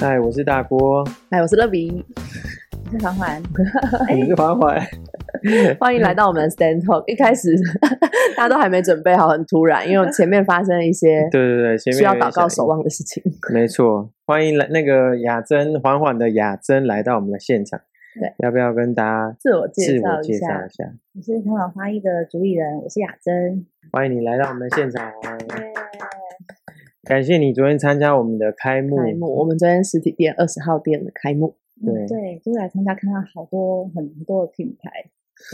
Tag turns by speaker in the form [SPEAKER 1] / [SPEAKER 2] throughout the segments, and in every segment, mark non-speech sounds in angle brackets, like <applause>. [SPEAKER 1] 嗨，我是大
[SPEAKER 2] <laughs>
[SPEAKER 1] 郭，
[SPEAKER 2] 嗨，我是乐比，我是环环，哎
[SPEAKER 1] 我是环环。
[SPEAKER 2] 欢迎来到我们的 Stand Talk。一开始 <laughs> 大家都还没准备好，很突然，因为前面发生了一些
[SPEAKER 1] 对对对，前面
[SPEAKER 2] 需要
[SPEAKER 1] 有哎点
[SPEAKER 2] 祷告
[SPEAKER 1] 小
[SPEAKER 2] 守望的事情。 <laughs>
[SPEAKER 1] 没错，欢迎来那个雅珍，缓缓的雅珍来到我们的现场。
[SPEAKER 3] 对，
[SPEAKER 1] 要不要跟大家
[SPEAKER 2] 自我
[SPEAKER 1] 自
[SPEAKER 2] 介绍
[SPEAKER 1] 我
[SPEAKER 2] 一
[SPEAKER 1] 介绍
[SPEAKER 2] 下，
[SPEAKER 1] 一下？
[SPEAKER 3] 我是唐老花艺的主理人，我是雅珍。
[SPEAKER 1] 欢迎你来到我们的现场，感谢你昨天参加我们的开幕。
[SPEAKER 2] 开幕，我们昨天实体店二十号店的开幕，
[SPEAKER 1] 对
[SPEAKER 3] 嗯对，就是来参加看到好多很多的品牌，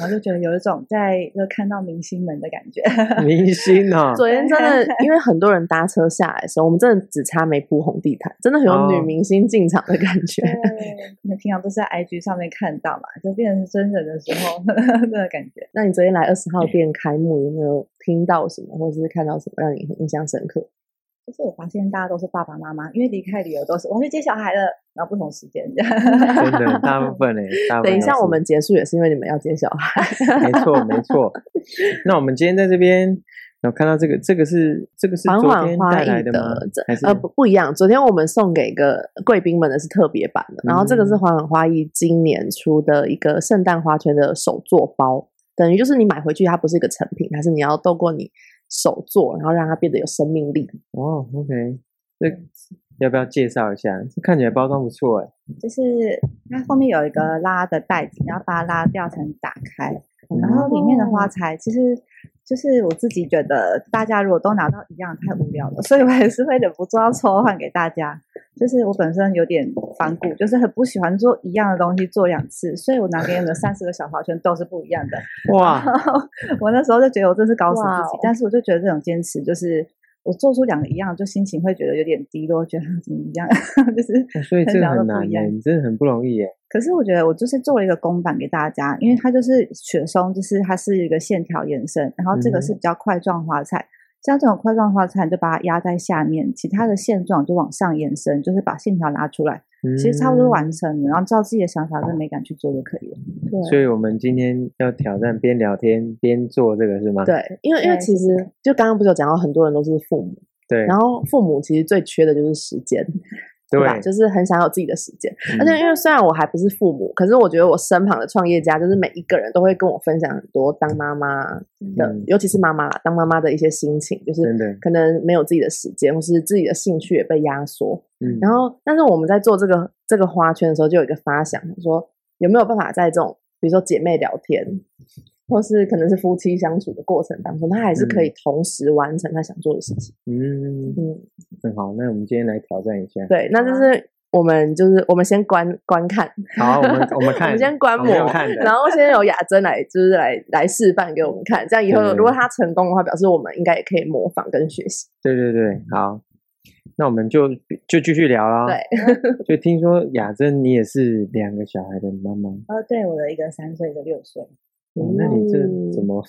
[SPEAKER 3] 然后就觉得有一种在就看到明星们的感觉。
[SPEAKER 1] 明星啊，
[SPEAKER 2] <laughs> 昨天
[SPEAKER 1] <laughs>
[SPEAKER 2] 真的因为很多人搭车下来的时候，我们真的只差没铺红地毯，真的有
[SPEAKER 1] 哦
[SPEAKER 2] 女明星进场的感
[SPEAKER 3] <laughs>
[SPEAKER 2] 觉。 <laughs>
[SPEAKER 3] 对，你们平常都是在 IG 上面看到嘛，就变成真人的时候 <laughs> 那个感觉。
[SPEAKER 2] 那你昨天来二十号店开幕，有没有听到什么，或者是看到什么让你很印象深刻？
[SPEAKER 3] 就是我发现大家都是爸爸妈妈，因为离开旅游都是我们去接小孩了，然后不同时间 <laughs> 这样。
[SPEAKER 1] 真的大部分
[SPEAKER 2] <laughs>
[SPEAKER 1] 诶，大部分
[SPEAKER 2] 等一
[SPEAKER 1] 都
[SPEAKER 2] 下
[SPEAKER 1] 是
[SPEAKER 2] 我们结束也是因为你们要接小孩，
[SPEAKER 1] 没错，没错。那我们今天在这边有看到这个，这个是这个是
[SPEAKER 2] 缓
[SPEAKER 1] 昨
[SPEAKER 2] 缓
[SPEAKER 1] 天
[SPEAKER 2] 花
[SPEAKER 1] 带
[SPEAKER 2] 艺
[SPEAKER 1] 来吗？
[SPEAKER 2] 这
[SPEAKER 1] 还是
[SPEAKER 2] 呃不不一样。昨天我们送给一个贵宾们的是特别版的，然后这个是
[SPEAKER 1] 嗯
[SPEAKER 2] 缓缓花艺今年出的一个圣诞花圈的手作包，等于就是你买回去它不是一个成品，它是你要透过你手做，然后让它变得有生命力。
[SPEAKER 1] 哦，OK，这要不要介绍一下？这看起来包装不错哎，
[SPEAKER 3] 就是它后面有一个拉的袋子，你要把它拉掉才能打开。
[SPEAKER 1] 哦
[SPEAKER 2] 嗯
[SPEAKER 3] 然后里面的
[SPEAKER 2] 哦
[SPEAKER 3] 花材其实就是我自己觉得，大家如果都拿到一样太无聊了，所以我也是会忍不住要抽换给大家。就是我本身有点反骨，就是很不喜欢做一样的东西做两次，所以我拿给你们三十个小花圈都是不一样的。
[SPEAKER 2] <laughs>
[SPEAKER 3] <laughs>
[SPEAKER 1] 哇，
[SPEAKER 3] 我那时候就觉得我真是搞死
[SPEAKER 2] 哇
[SPEAKER 3] 自
[SPEAKER 2] 哦
[SPEAKER 3] 己，但是我就觉得这种坚持就是。我做出两个一样，就心情会觉得有点低落，觉得怎么一样， <laughs> 就是
[SPEAKER 1] 所以
[SPEAKER 3] 很
[SPEAKER 1] 这个
[SPEAKER 3] 想要
[SPEAKER 1] 很
[SPEAKER 3] 的不
[SPEAKER 1] 难
[SPEAKER 3] 一
[SPEAKER 1] 哎，
[SPEAKER 3] 样
[SPEAKER 1] 你真的很不容易哎。
[SPEAKER 3] 可是我觉得我就是做了一个公版给大家，因为它就是雪松，就是它是一个线条延伸，然后这个是比较块状花菜。像这种块状花菜，你就把它压在下面，其他的线状就往上延伸，就是把线条拉出来，
[SPEAKER 1] 嗯
[SPEAKER 3] 其实差不多完成了。然后照自己的想法跟美感去做就可以了。
[SPEAKER 1] 嗯
[SPEAKER 2] 嗯
[SPEAKER 1] 所以我们今天要挑战边聊天边做这个是吗？
[SPEAKER 2] 对，因为因为
[SPEAKER 3] 对
[SPEAKER 2] 其实就刚刚不是有讲到，很多人都是父母，
[SPEAKER 1] 对，
[SPEAKER 2] 然后父母其实最缺的就是时间，吧？
[SPEAKER 1] 对，
[SPEAKER 2] 就是很想有自己的时间。
[SPEAKER 1] 嗯
[SPEAKER 2] 而且啊因为虽然我还不是父母，可是我觉得我身旁的创业家，就是每一个人都会跟我分享很多当妈妈的，
[SPEAKER 1] 嗯
[SPEAKER 2] 尤其是妈妈啦，当妈妈的一些心情，就
[SPEAKER 1] 真
[SPEAKER 2] 是
[SPEAKER 1] 的，
[SPEAKER 2] 可能没有自己的时间，或是自己的兴趣也被压缩。
[SPEAKER 1] 嗯，
[SPEAKER 2] 然后，但是我们在做这个这个花圈的时候，就有一个发想，说有没有办法在这种比如说姐妹聊天，或是可能是夫妻相处的过程当中，他还是可以同时完成他想做的事情。
[SPEAKER 1] 嗯，
[SPEAKER 2] 嗯，
[SPEAKER 1] 很好，那我们今天来挑战一下。
[SPEAKER 2] 对，那
[SPEAKER 1] 啊
[SPEAKER 2] 就是我们就是我们先观观看，
[SPEAKER 1] 好，我
[SPEAKER 2] <laughs>
[SPEAKER 1] 们我们看，
[SPEAKER 2] 我们先观
[SPEAKER 1] 我们
[SPEAKER 2] 摩
[SPEAKER 1] 要看的，
[SPEAKER 2] 然后先由雅珍来，就是来来示范给我们看，这样以后
[SPEAKER 1] 对
[SPEAKER 2] 如果她成功的话，表示我们应该也可以模仿跟学习。
[SPEAKER 1] 对对对，好，那我们就就继续聊啦。
[SPEAKER 2] 对，
[SPEAKER 1] <laughs>
[SPEAKER 3] 嗯
[SPEAKER 2] <laughs>
[SPEAKER 1] 就听说雅珍，你也是两个小孩的妈妈，
[SPEAKER 3] 呃，对，我的一个三岁，一个六岁，
[SPEAKER 1] 哦那你这
[SPEAKER 2] 嗯
[SPEAKER 1] 怎么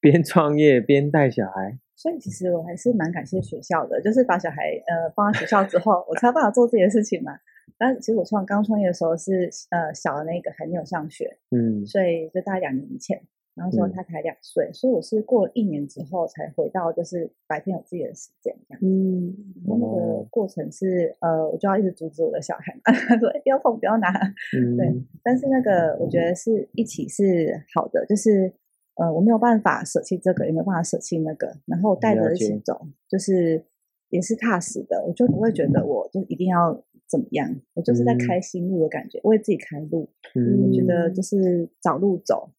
[SPEAKER 1] 边创业边带小孩？
[SPEAKER 3] 所以其实我还是蛮感谢学校的，就是把小孩呃放到学校之后，我才有办法做自己的事情嘛。但其实我创刚创业的时候是呃小的那个还没有上学，
[SPEAKER 1] 嗯，
[SPEAKER 3] 所以就大概两年前，然后时候
[SPEAKER 1] 嗯
[SPEAKER 3] 他才两岁，所以我是过了一年之后才回到就是白天有自己的时间这样。
[SPEAKER 2] 嗯，
[SPEAKER 3] 然后那
[SPEAKER 1] 哦
[SPEAKER 3] 个过程是呃，我就要一直阻止我的小孩嘛， <laughs> 说、哎不要碰，不要拿。
[SPEAKER 1] 嗯，
[SPEAKER 3] 但是那个我觉得是一起是好的，就是呃，我没有办法舍弃这个，也没有办法舍弃那个，然后带
[SPEAKER 1] 了
[SPEAKER 3] 着一
[SPEAKER 1] 解
[SPEAKER 3] 起走，就是也是踏实的，我就不会觉得我就一定要怎么样，我就是在
[SPEAKER 1] 嗯
[SPEAKER 3] 开心路的感觉，为自己开路。
[SPEAKER 1] 嗯
[SPEAKER 3] 我觉得
[SPEAKER 2] 嗯
[SPEAKER 3] 就是找路走，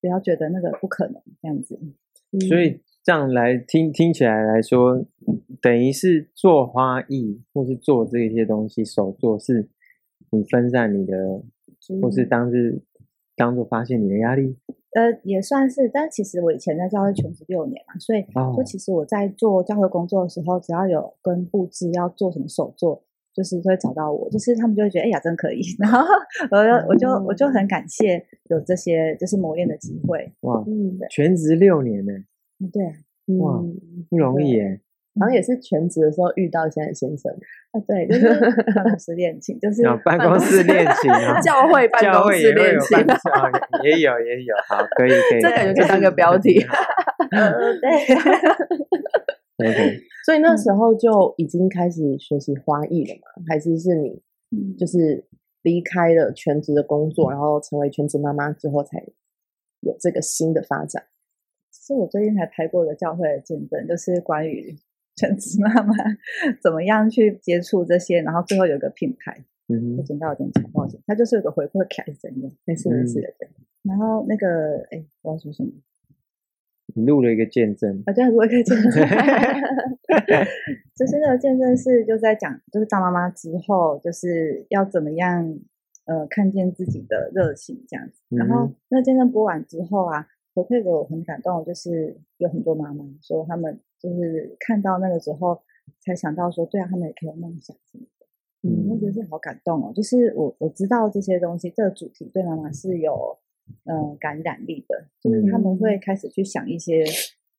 [SPEAKER 3] 不要觉得那个不可能这样子。
[SPEAKER 1] 嗯
[SPEAKER 2] 嗯
[SPEAKER 1] 所以这样来听听起来来说，等于是做花艺或是做这些东西手做，是你分散你的，或
[SPEAKER 3] 嗯
[SPEAKER 1] 是当是当做发泄你的压力。
[SPEAKER 3] 呃，也算是，但其实我以前在教会全职六年嘛，所以
[SPEAKER 1] 哦
[SPEAKER 3] 就其实我在做教会工作的时候，只要有跟布置要做什么手作，就是都会找到我，就是他们就会觉得哎雅珍可以， <laughs> 然后我就我就我就很感谢有这些就是磨练的机会，
[SPEAKER 1] 哇，
[SPEAKER 2] 嗯，
[SPEAKER 1] 全职六年呢，
[SPEAKER 3] 嗯对啊，
[SPEAKER 1] 哇
[SPEAKER 2] 嗯，
[SPEAKER 1] 不容易耶。
[SPEAKER 2] 好像也是全职的时候遇到现在先生，，
[SPEAKER 3] 啊对，就是 <laughs> 办公室恋情，就是
[SPEAKER 1] 啊，办公室恋情啊
[SPEAKER 2] 教会办
[SPEAKER 1] 教
[SPEAKER 2] 公
[SPEAKER 1] 会
[SPEAKER 2] 室
[SPEAKER 1] 也会
[SPEAKER 2] 恋
[SPEAKER 1] 有
[SPEAKER 2] 情，
[SPEAKER 1] 办公室啊，也有也有，好，可以可以，
[SPEAKER 2] 这感觉可以当个标题
[SPEAKER 1] 啊
[SPEAKER 3] <laughs>
[SPEAKER 1] <laughs>
[SPEAKER 3] 呃对，
[SPEAKER 1] OK，
[SPEAKER 3] 嗯
[SPEAKER 2] 所以那时候就已经开始学习花艺了嘛？还是是你
[SPEAKER 3] 嗯
[SPEAKER 2] 就是离开了全职的工作，然后成为全职妈妈之后，才有这个新的发展。
[SPEAKER 3] 其实我最近才拍过一个教会的见证，就是关于全职妈妈 <laughs> 怎么样去接触这些，然后最后有一个品牌，
[SPEAKER 1] 嗯
[SPEAKER 3] 我
[SPEAKER 1] 哼，
[SPEAKER 3] 剪到有点长，抱歉，它就是有个回馈卡是怎样，
[SPEAKER 2] 没事没事，
[SPEAKER 3] 然后那个哎，我要说什么？
[SPEAKER 1] 你录了一个见
[SPEAKER 3] <laughs>
[SPEAKER 1] 证，嗯
[SPEAKER 3] 啊，对，我也可以见证，就是那个见证是就在讲，就是当妈妈之后，就是要怎么样呃看见自己的热情这样子。然后
[SPEAKER 1] 嗯
[SPEAKER 3] 那个见证播完之后啊，回馈给我很感动，就是有很多妈妈说他们就是看到那个时候才想到说，对啊，他们也可以有梦想什么的。嗯，我觉得是好感动哦。就是我我知道这些东西，这个主题对妈妈是有呃感染力的，就是
[SPEAKER 1] 嗯
[SPEAKER 3] 他们会开始去想一些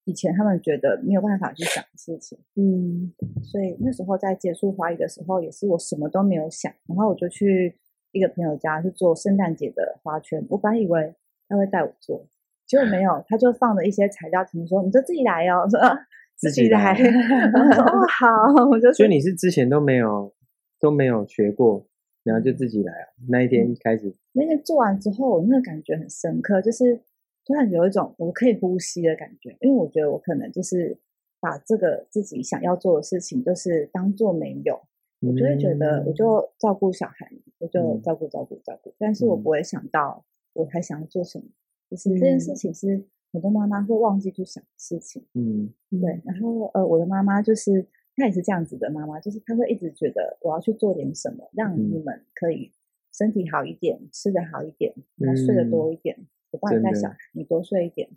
[SPEAKER 3] 以前他们觉得没有办法去想的事情。
[SPEAKER 2] 嗯
[SPEAKER 3] 所以那时候在接触花艺的时候，也是我什么都没有想，然后我就去一个朋友家去做圣诞节的花圈。我本来以为他会带我做，结果没有，他就放了一些材料，听说你就自己来哦，我说 <laughs> 啊
[SPEAKER 1] 自
[SPEAKER 3] 自
[SPEAKER 1] 己
[SPEAKER 3] 己来。我 <laughs> 说哦好，我就
[SPEAKER 1] 所以
[SPEAKER 3] 是
[SPEAKER 1] 你是之前都没有都没有学过，然后就自己来啊？那一
[SPEAKER 3] 嗯
[SPEAKER 1] 天开始，
[SPEAKER 3] 那天做完之后，我那个感觉很深刻，就是突然有一种我可以呼吸的感觉，因为我觉得我可能就是把这个自己想要做的事情，就是当做没有，
[SPEAKER 1] 我
[SPEAKER 3] 我就会觉得我就照顾小孩，我就
[SPEAKER 1] 嗯
[SPEAKER 3] 照顾照顾照顾，但是我
[SPEAKER 1] 嗯
[SPEAKER 3] 不会想到我还想要做什么，就是这件事
[SPEAKER 2] 嗯
[SPEAKER 3] 情是很多妈妈会忘记去想的事情。
[SPEAKER 1] 嗯
[SPEAKER 3] 对，然后呃，我的妈妈就是她也是这样子的妈妈，就是她会一直觉得我要去做点什么，让你
[SPEAKER 1] 嗯
[SPEAKER 3] 们可以身体好一点，吃得好一点，然后睡得多一点，我帮
[SPEAKER 1] 嗯
[SPEAKER 3] 你
[SPEAKER 1] 真
[SPEAKER 3] 带
[SPEAKER 1] 的
[SPEAKER 3] 小孩，你多睡一点。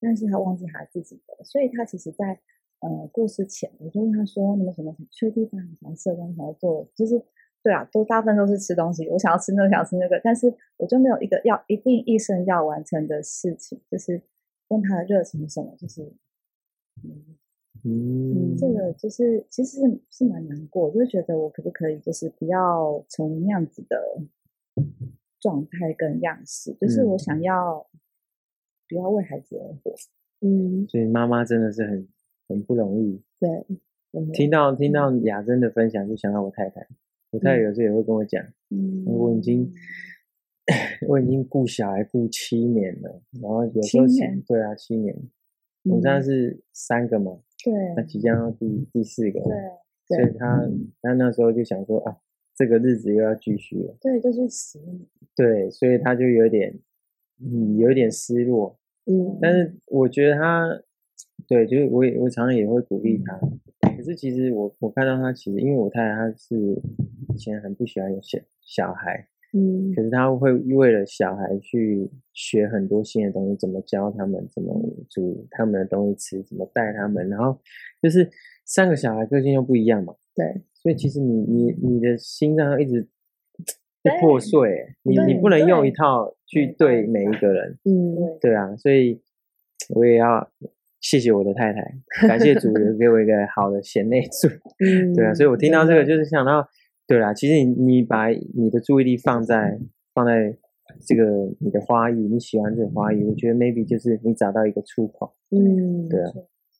[SPEAKER 3] 但是她忘记她自己的，所以她其实在呃过世前，我就问她说：“你们有什么想去的地方，想要吃的东西，想要做的，就是。”对啊，都大部分都是吃东西。我想要吃那个，想要吃那个，但是我就没有一个要一定一生要完成的事情，就是问她的热情是什么，就是嗯，
[SPEAKER 1] 嗯，
[SPEAKER 3] 这个就是其实是是蛮难过，就是觉得我可不可以就是不要从那样子的状态跟样式，就是我
[SPEAKER 1] 嗯
[SPEAKER 3] 想要不要为孩子而活。
[SPEAKER 2] 嗯，
[SPEAKER 1] 所以妈妈真的是很很不容易。
[SPEAKER 2] 对，嗯
[SPEAKER 1] 听到听到雅珍的分享，就想到我太太，我太太有时候也会跟我讲，
[SPEAKER 3] 嗯
[SPEAKER 1] 我已经 <laughs> 我已经顾小孩顾七年了，然后有时
[SPEAKER 3] 七
[SPEAKER 1] 候是
[SPEAKER 3] 年
[SPEAKER 1] 对啊七年，我们现在
[SPEAKER 2] 嗯
[SPEAKER 1] 是三个嘛，
[SPEAKER 3] 对
[SPEAKER 1] 那即将要第第四个嘛，
[SPEAKER 3] 嗯对
[SPEAKER 1] 所以他他那时候就想说啊，这个日子又要继续了，
[SPEAKER 3] 对，就是十年，
[SPEAKER 1] 对，所以他就有点嗯有点失落，
[SPEAKER 2] 嗯
[SPEAKER 1] 但是我觉得他，对，就是我也我常常也会鼓励他。可是其实我我看到他，其实因为我太太她是以前很不喜欢有小小孩，
[SPEAKER 2] 嗯
[SPEAKER 1] 可是她会为了小孩去学很多新的东西，怎么教他们，怎么煮他们的东西吃，怎么带他们，然后就是三个小孩个性又不一样嘛，
[SPEAKER 2] 对，
[SPEAKER 1] 所以其实你你你的心脏要一直会破
[SPEAKER 3] 对
[SPEAKER 1] 碎欸，你你
[SPEAKER 3] 对
[SPEAKER 1] 不能用一
[SPEAKER 3] 对
[SPEAKER 1] 套去
[SPEAKER 3] 没
[SPEAKER 1] 对
[SPEAKER 3] 办
[SPEAKER 1] 每一
[SPEAKER 3] 法
[SPEAKER 1] 个人。
[SPEAKER 2] 嗯
[SPEAKER 3] 对，
[SPEAKER 1] 对啊，所以我也要谢谢我的太太，感
[SPEAKER 3] <laughs>
[SPEAKER 1] 谢主人给我一个好的贤内助。
[SPEAKER 2] 嗯，
[SPEAKER 1] 对啊，所以我听到这
[SPEAKER 2] 真
[SPEAKER 1] 个
[SPEAKER 2] 的
[SPEAKER 1] 就是想到，对啦，其实你你把你的注意力放在放在这个你的花艺，你喜欢这个花艺，我觉得 maybe 就是你找到一个出口。
[SPEAKER 2] 嗯，
[SPEAKER 1] 对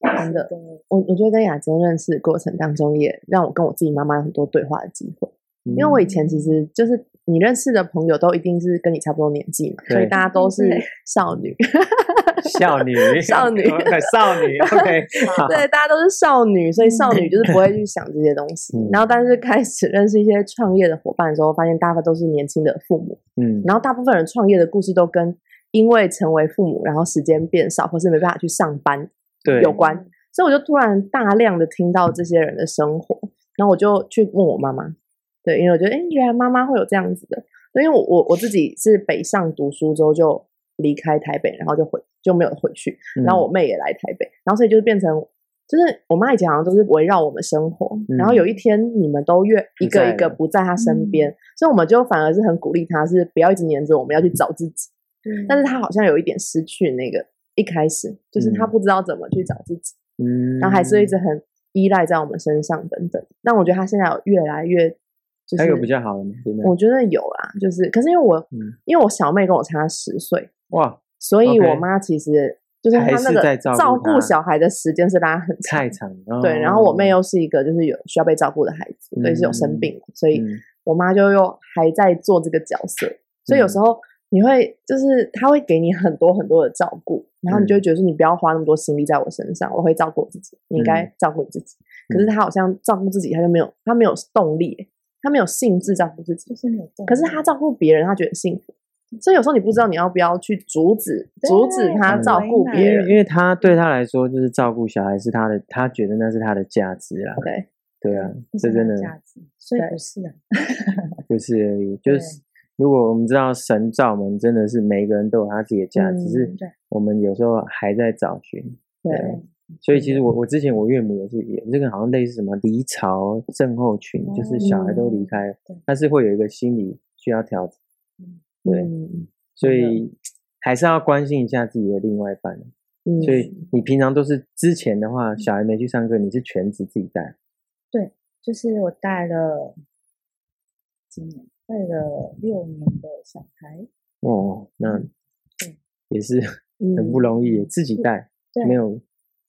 [SPEAKER 1] 啊
[SPEAKER 2] 真的，我我觉得跟雅珍认识的过程当中，也让我跟我自己妈妈有很多对话的机会。
[SPEAKER 1] 因
[SPEAKER 2] 因为我以前其
[SPEAKER 1] 嗯
[SPEAKER 2] 实就是你认识的朋友都一定是跟你差不多年纪嘛，所以
[SPEAKER 1] 对
[SPEAKER 2] 大家都是
[SPEAKER 3] 对
[SPEAKER 2] 少
[SPEAKER 1] <laughs>
[SPEAKER 2] 女，
[SPEAKER 1] 少女，
[SPEAKER 2] <laughs> 少女
[SPEAKER 1] OK，少
[SPEAKER 2] <laughs>
[SPEAKER 1] 女，OK，好，
[SPEAKER 2] 对，大家都是少女，所以少女就是不会去想这些东西。
[SPEAKER 1] 嗯
[SPEAKER 2] 然后，但是开始认识一些创业的伙伴的时候，发现大部分都是年轻的父母，
[SPEAKER 1] 嗯，
[SPEAKER 2] 然后大部分人创业的故事都跟因为成为父母，然后时间变少，或是没办法去上班
[SPEAKER 1] 对，
[SPEAKER 2] 有关。所以我就突然大量的听到这些人的生活，然后我就去问我妈妈，对，因为我觉得，哎，原来妈妈会有这样子的。因为我我我自己是北上读书之后就离开台北，然后就回就没有回去，
[SPEAKER 1] 嗯
[SPEAKER 2] 然后我妹也来台北，然后所以就是变成，就是我妈以前好像都是围绕我们生活，
[SPEAKER 1] 嗯
[SPEAKER 2] 然后有一天你们都越
[SPEAKER 1] 不
[SPEAKER 2] 一个
[SPEAKER 1] 在
[SPEAKER 2] 一个
[SPEAKER 1] 了
[SPEAKER 2] 不在她身边，所以我们就反而是很鼓励她，是不要一直黏着我们要去找自己，但是她好像有一点失去那个一开始，就是她
[SPEAKER 1] 嗯
[SPEAKER 2] 不知道怎么去找自己，
[SPEAKER 1] 嗯，
[SPEAKER 2] 然后还是一直很依赖在我们身上等等。但我觉得她现在有越来越，就是
[SPEAKER 1] 还有比较好的吗？真的，
[SPEAKER 2] 我觉得有啦，就是可是因为我、
[SPEAKER 1] 嗯
[SPEAKER 2] 因为我小妹跟我差十岁，
[SPEAKER 1] 哇，
[SPEAKER 2] 所以我
[SPEAKER 1] OK
[SPEAKER 2] 妈其实就是
[SPEAKER 1] 还
[SPEAKER 2] 她那
[SPEAKER 1] 是在
[SPEAKER 2] 个
[SPEAKER 1] 照顾
[SPEAKER 2] 照顾
[SPEAKER 1] 她
[SPEAKER 2] 小孩的时间是拉很长
[SPEAKER 1] 太。长了，哦
[SPEAKER 2] 对，然后我妹又是一个就是有需要被照顾的孩子，所以是有生
[SPEAKER 1] 嗯
[SPEAKER 2] 病的，所以
[SPEAKER 1] 嗯
[SPEAKER 2] 我妈就又还在做这个角色，所以有时候你会就是她会给你很多很多的照顾，然后你就会
[SPEAKER 1] 嗯
[SPEAKER 2] 觉得说你不要花那么多心力在我身上，我会照顾我自己，你应
[SPEAKER 1] 嗯
[SPEAKER 2] 该照顾你自己。可是她好像照顾自己，她就没有她没有动力，她没有兴致照顾自己
[SPEAKER 3] 就。是没有动力。
[SPEAKER 2] 可是她照顾别人，她觉得幸福。所以有时候你不知道你要不要去阻止
[SPEAKER 3] 对
[SPEAKER 2] 阻止她
[SPEAKER 1] 很
[SPEAKER 2] 照顾
[SPEAKER 3] 为难
[SPEAKER 2] 别
[SPEAKER 1] 因为
[SPEAKER 2] 人。
[SPEAKER 1] 因为他对他来说，就是照顾小孩是他的，他觉得那是他的价值啦。
[SPEAKER 2] 对，
[SPEAKER 1] 对啊，
[SPEAKER 3] 不
[SPEAKER 1] 这
[SPEAKER 3] 是
[SPEAKER 1] 真
[SPEAKER 3] 没
[SPEAKER 1] 的
[SPEAKER 3] 有价值，所以
[SPEAKER 2] 对
[SPEAKER 3] 不是啊，
[SPEAKER 1] 就是而已。就是如果我们知道神造我们，真的是每个人都有他自己的价值，
[SPEAKER 2] 嗯
[SPEAKER 1] 只是
[SPEAKER 3] 对
[SPEAKER 1] 我们有时候还在找寻。
[SPEAKER 2] 对
[SPEAKER 1] 啊所以其实我我之前我岳母也是也这个好像类似什么离巢症候群，就是小孩都离开了
[SPEAKER 3] 哦对，
[SPEAKER 1] 但是会有一个心理需要调整，对
[SPEAKER 2] 嗯
[SPEAKER 1] 所以还是要关心一下自己的另外一半。
[SPEAKER 2] 嗯，
[SPEAKER 1] 所以你平常都是之前的
[SPEAKER 3] 嗯
[SPEAKER 1] 话，小孩没去上课，你是全职自己带，
[SPEAKER 3] 就是我带了几年，带了六年的小孩，
[SPEAKER 1] 哦，那
[SPEAKER 3] 嗯对
[SPEAKER 1] 也是很不
[SPEAKER 2] 嗯
[SPEAKER 1] 容易，自己带
[SPEAKER 3] 对
[SPEAKER 1] 没有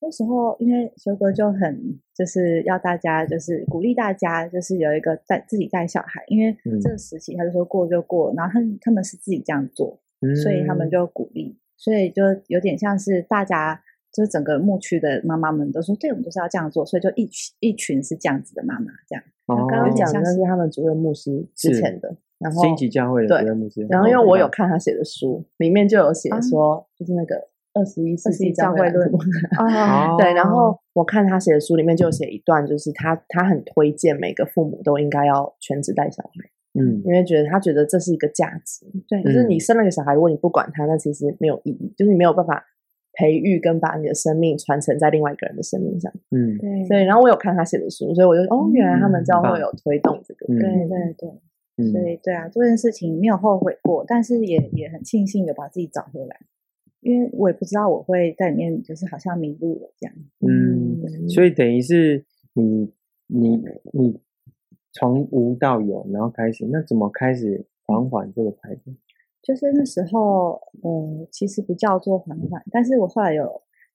[SPEAKER 3] 那时候因为修哥就很就是要大家就是鼓励大家就是有一个带自己带小孩，因为
[SPEAKER 1] 嗯
[SPEAKER 3] 这个时期他就说过就过，然后他们他们是自己这样做，所以他们
[SPEAKER 1] 嗯
[SPEAKER 3] 就鼓励，所以就有点像是大家。就是整个牧区的妈妈们都说，对我们就是要这样做，所以就一群一群是这样子的妈妈这样。
[SPEAKER 1] 哦，
[SPEAKER 2] 刚刚
[SPEAKER 3] 有点
[SPEAKER 2] 讲的
[SPEAKER 3] 像
[SPEAKER 2] 那
[SPEAKER 3] 是
[SPEAKER 2] 是他们主任牧师之
[SPEAKER 1] 是
[SPEAKER 2] 前的，然后
[SPEAKER 1] 星级教会的
[SPEAKER 2] 对
[SPEAKER 1] 主任牧师，
[SPEAKER 2] 然后因为
[SPEAKER 1] 啊
[SPEAKER 2] 我有看他写的书，里面就有写
[SPEAKER 3] 啊
[SPEAKER 2] 说，就是那个二十一世纪
[SPEAKER 3] 21
[SPEAKER 2] 教
[SPEAKER 3] 教会
[SPEAKER 2] 会论
[SPEAKER 3] 论，哦，
[SPEAKER 1] 哦
[SPEAKER 2] 对，然后我看他写的书里面就有写一段，就是他他很推荐每个父母都应该要全职带小孩，
[SPEAKER 1] 嗯
[SPEAKER 2] 因为觉得他觉得这是一个价值。
[SPEAKER 3] <laughs> 对
[SPEAKER 2] 就是
[SPEAKER 1] 嗯
[SPEAKER 2] 你生了个小孩，如果你不管他，那其实没有意义，就是你没有办法培育跟把你的生命传承在另外一个人的生命上。
[SPEAKER 1] 嗯
[SPEAKER 3] 对
[SPEAKER 2] 对，然后我有看他写的书，所以我就哦，原来他们
[SPEAKER 1] 嗯
[SPEAKER 2] 教
[SPEAKER 1] 很
[SPEAKER 2] 会
[SPEAKER 1] 棒
[SPEAKER 2] 有推动这个。
[SPEAKER 1] 嗯
[SPEAKER 3] 对对对，
[SPEAKER 1] 嗯
[SPEAKER 3] 所以对啊，这件事情没有后悔过，但是也也很庆幸有把自己找回来，因为我也不知道我会在里面就是好像迷路了这样。
[SPEAKER 1] 嗯，所以等于是你你你从无到有，然后开始，那怎么开始缓缓这个牌子？
[SPEAKER 3] 就是那时候，呃，其实不叫做缓缓，但是我后来有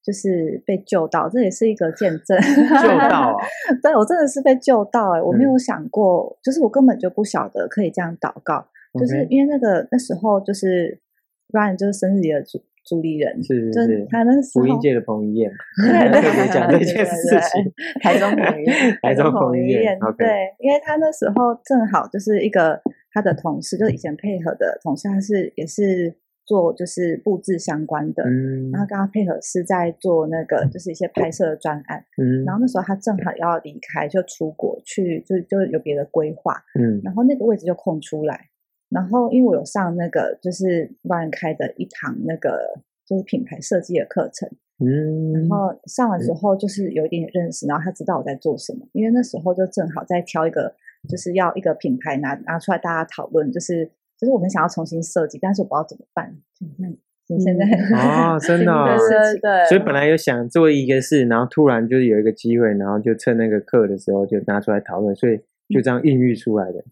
[SPEAKER 3] 就是被救到，这也是一个见证。
[SPEAKER 1] 救到啊，
[SPEAKER 3] <laughs> 对我真的是被救到、欸，我没
[SPEAKER 1] 嗯
[SPEAKER 3] 有想过，就是我根本就不晓得可以这样祷告，就是
[SPEAKER 1] OK，
[SPEAKER 3] 因为那个那时候就是 Ryan 就是生日里的主主理人，
[SPEAKER 1] 是
[SPEAKER 3] 就是是
[SPEAKER 1] 是，
[SPEAKER 3] 他那时
[SPEAKER 1] 福音
[SPEAKER 3] 候。
[SPEAKER 1] 界的彭于晏，
[SPEAKER 3] 对对
[SPEAKER 1] 特别讲这
[SPEAKER 2] 对
[SPEAKER 1] 件
[SPEAKER 2] 对
[SPEAKER 1] 事情，
[SPEAKER 2] 台中朋友，
[SPEAKER 1] 台中彭于晏
[SPEAKER 3] 晏，
[SPEAKER 1] ，OK，
[SPEAKER 3] 对，因为他那时候正好就是一个他的同事，就是以前配合的同事，他是也是做就是布置相关的，
[SPEAKER 1] 嗯
[SPEAKER 3] 然后跟他配合是在做那个就是一些拍摄的专案，
[SPEAKER 1] 嗯
[SPEAKER 3] 然后那时候他正好要离开，就出国去，就就有别的规划，
[SPEAKER 1] 嗯
[SPEAKER 3] 然后那个位置就空出来，然后因为我有上那个就是万人开的一堂那个就是品牌设计的课程。
[SPEAKER 1] 嗯，
[SPEAKER 3] 然后上完之后就是有一点点认识，然后他知道我在做什么，因为那时候就正好在挑一个，就是要一个品牌拿拿出来大家讨论，就是就是我们想要重新设计，但是我不知道怎么办。嗯，你现在、
[SPEAKER 1] 哦，
[SPEAKER 3] <laughs>
[SPEAKER 1] 真的哦、
[SPEAKER 3] 对对对
[SPEAKER 2] 对
[SPEAKER 1] 所以本来有想做一个事，然后突然就是有一个机会，然后就趁那个课的时候就拿出来讨论，所以
[SPEAKER 3] 嗯
[SPEAKER 1] 就这样孕育出来的。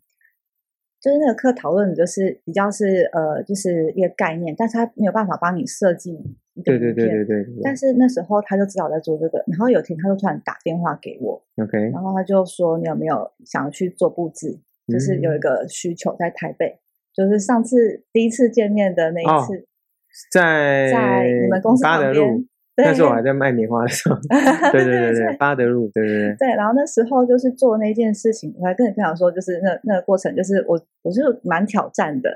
[SPEAKER 3] 就是那个课讨论的就是比较是呃，就是一个概念，但是他没有办法帮你设计一
[SPEAKER 1] 对
[SPEAKER 3] 个
[SPEAKER 1] 对
[SPEAKER 3] 影
[SPEAKER 1] 对
[SPEAKER 3] 片
[SPEAKER 1] 对对对
[SPEAKER 3] 但是那时候他就知道我在做这个，然后有一天他就突然打电话给我，
[SPEAKER 1] ，OK，
[SPEAKER 3] 然后他就说你有没有想要去做布置，就是有一
[SPEAKER 1] 嗯
[SPEAKER 3] 个需求在台北，就是上次第一次见面的那
[SPEAKER 1] 哦
[SPEAKER 3] 一次，
[SPEAKER 1] 在
[SPEAKER 3] 在你们公司
[SPEAKER 1] 巴德
[SPEAKER 3] 旁
[SPEAKER 1] 路
[SPEAKER 3] 边，，
[SPEAKER 1] 那时候我还
[SPEAKER 3] 对啊
[SPEAKER 1] 在卖棉花的
[SPEAKER 3] <laughs>
[SPEAKER 1] 时候，对对对对，
[SPEAKER 3] 对
[SPEAKER 1] 巴德路，对对对，
[SPEAKER 3] <laughs> 对，然后那时候就是做那件事情，我还跟你分享说，就是那那个过程，就是我我是蛮挑战的，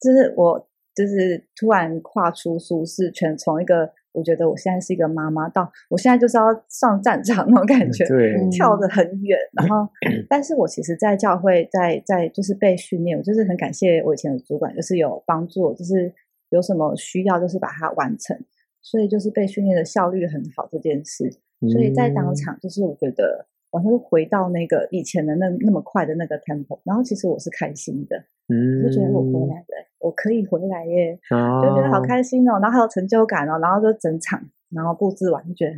[SPEAKER 3] 就是我就是突然跨出舒适圈，从一个我觉得我现在是一个妈妈，到我现在就是要上战场那种感觉，
[SPEAKER 1] 对，
[SPEAKER 2] 嗯
[SPEAKER 3] 跳得很远，
[SPEAKER 1] <clears throat>
[SPEAKER 3] 然后，但是我其实，在教会，在在就是被训练，我就是很感谢我以前的主管，就是有帮助我，就是有什么需要，就是把它完成，所以就是被训练的效率很好这件事，所以在当
[SPEAKER 1] 嗯，
[SPEAKER 3] 场，就是我觉得我就回到那个以前的那那么快的那个 tempo，然后其实我是开心的，
[SPEAKER 1] 嗯，
[SPEAKER 3] 我就觉得我回来了，我可以回来耶，
[SPEAKER 1] 哦，
[SPEAKER 3] 就觉得好开心哦，然后还有成就感哦，然后就整场，然后布置完就觉得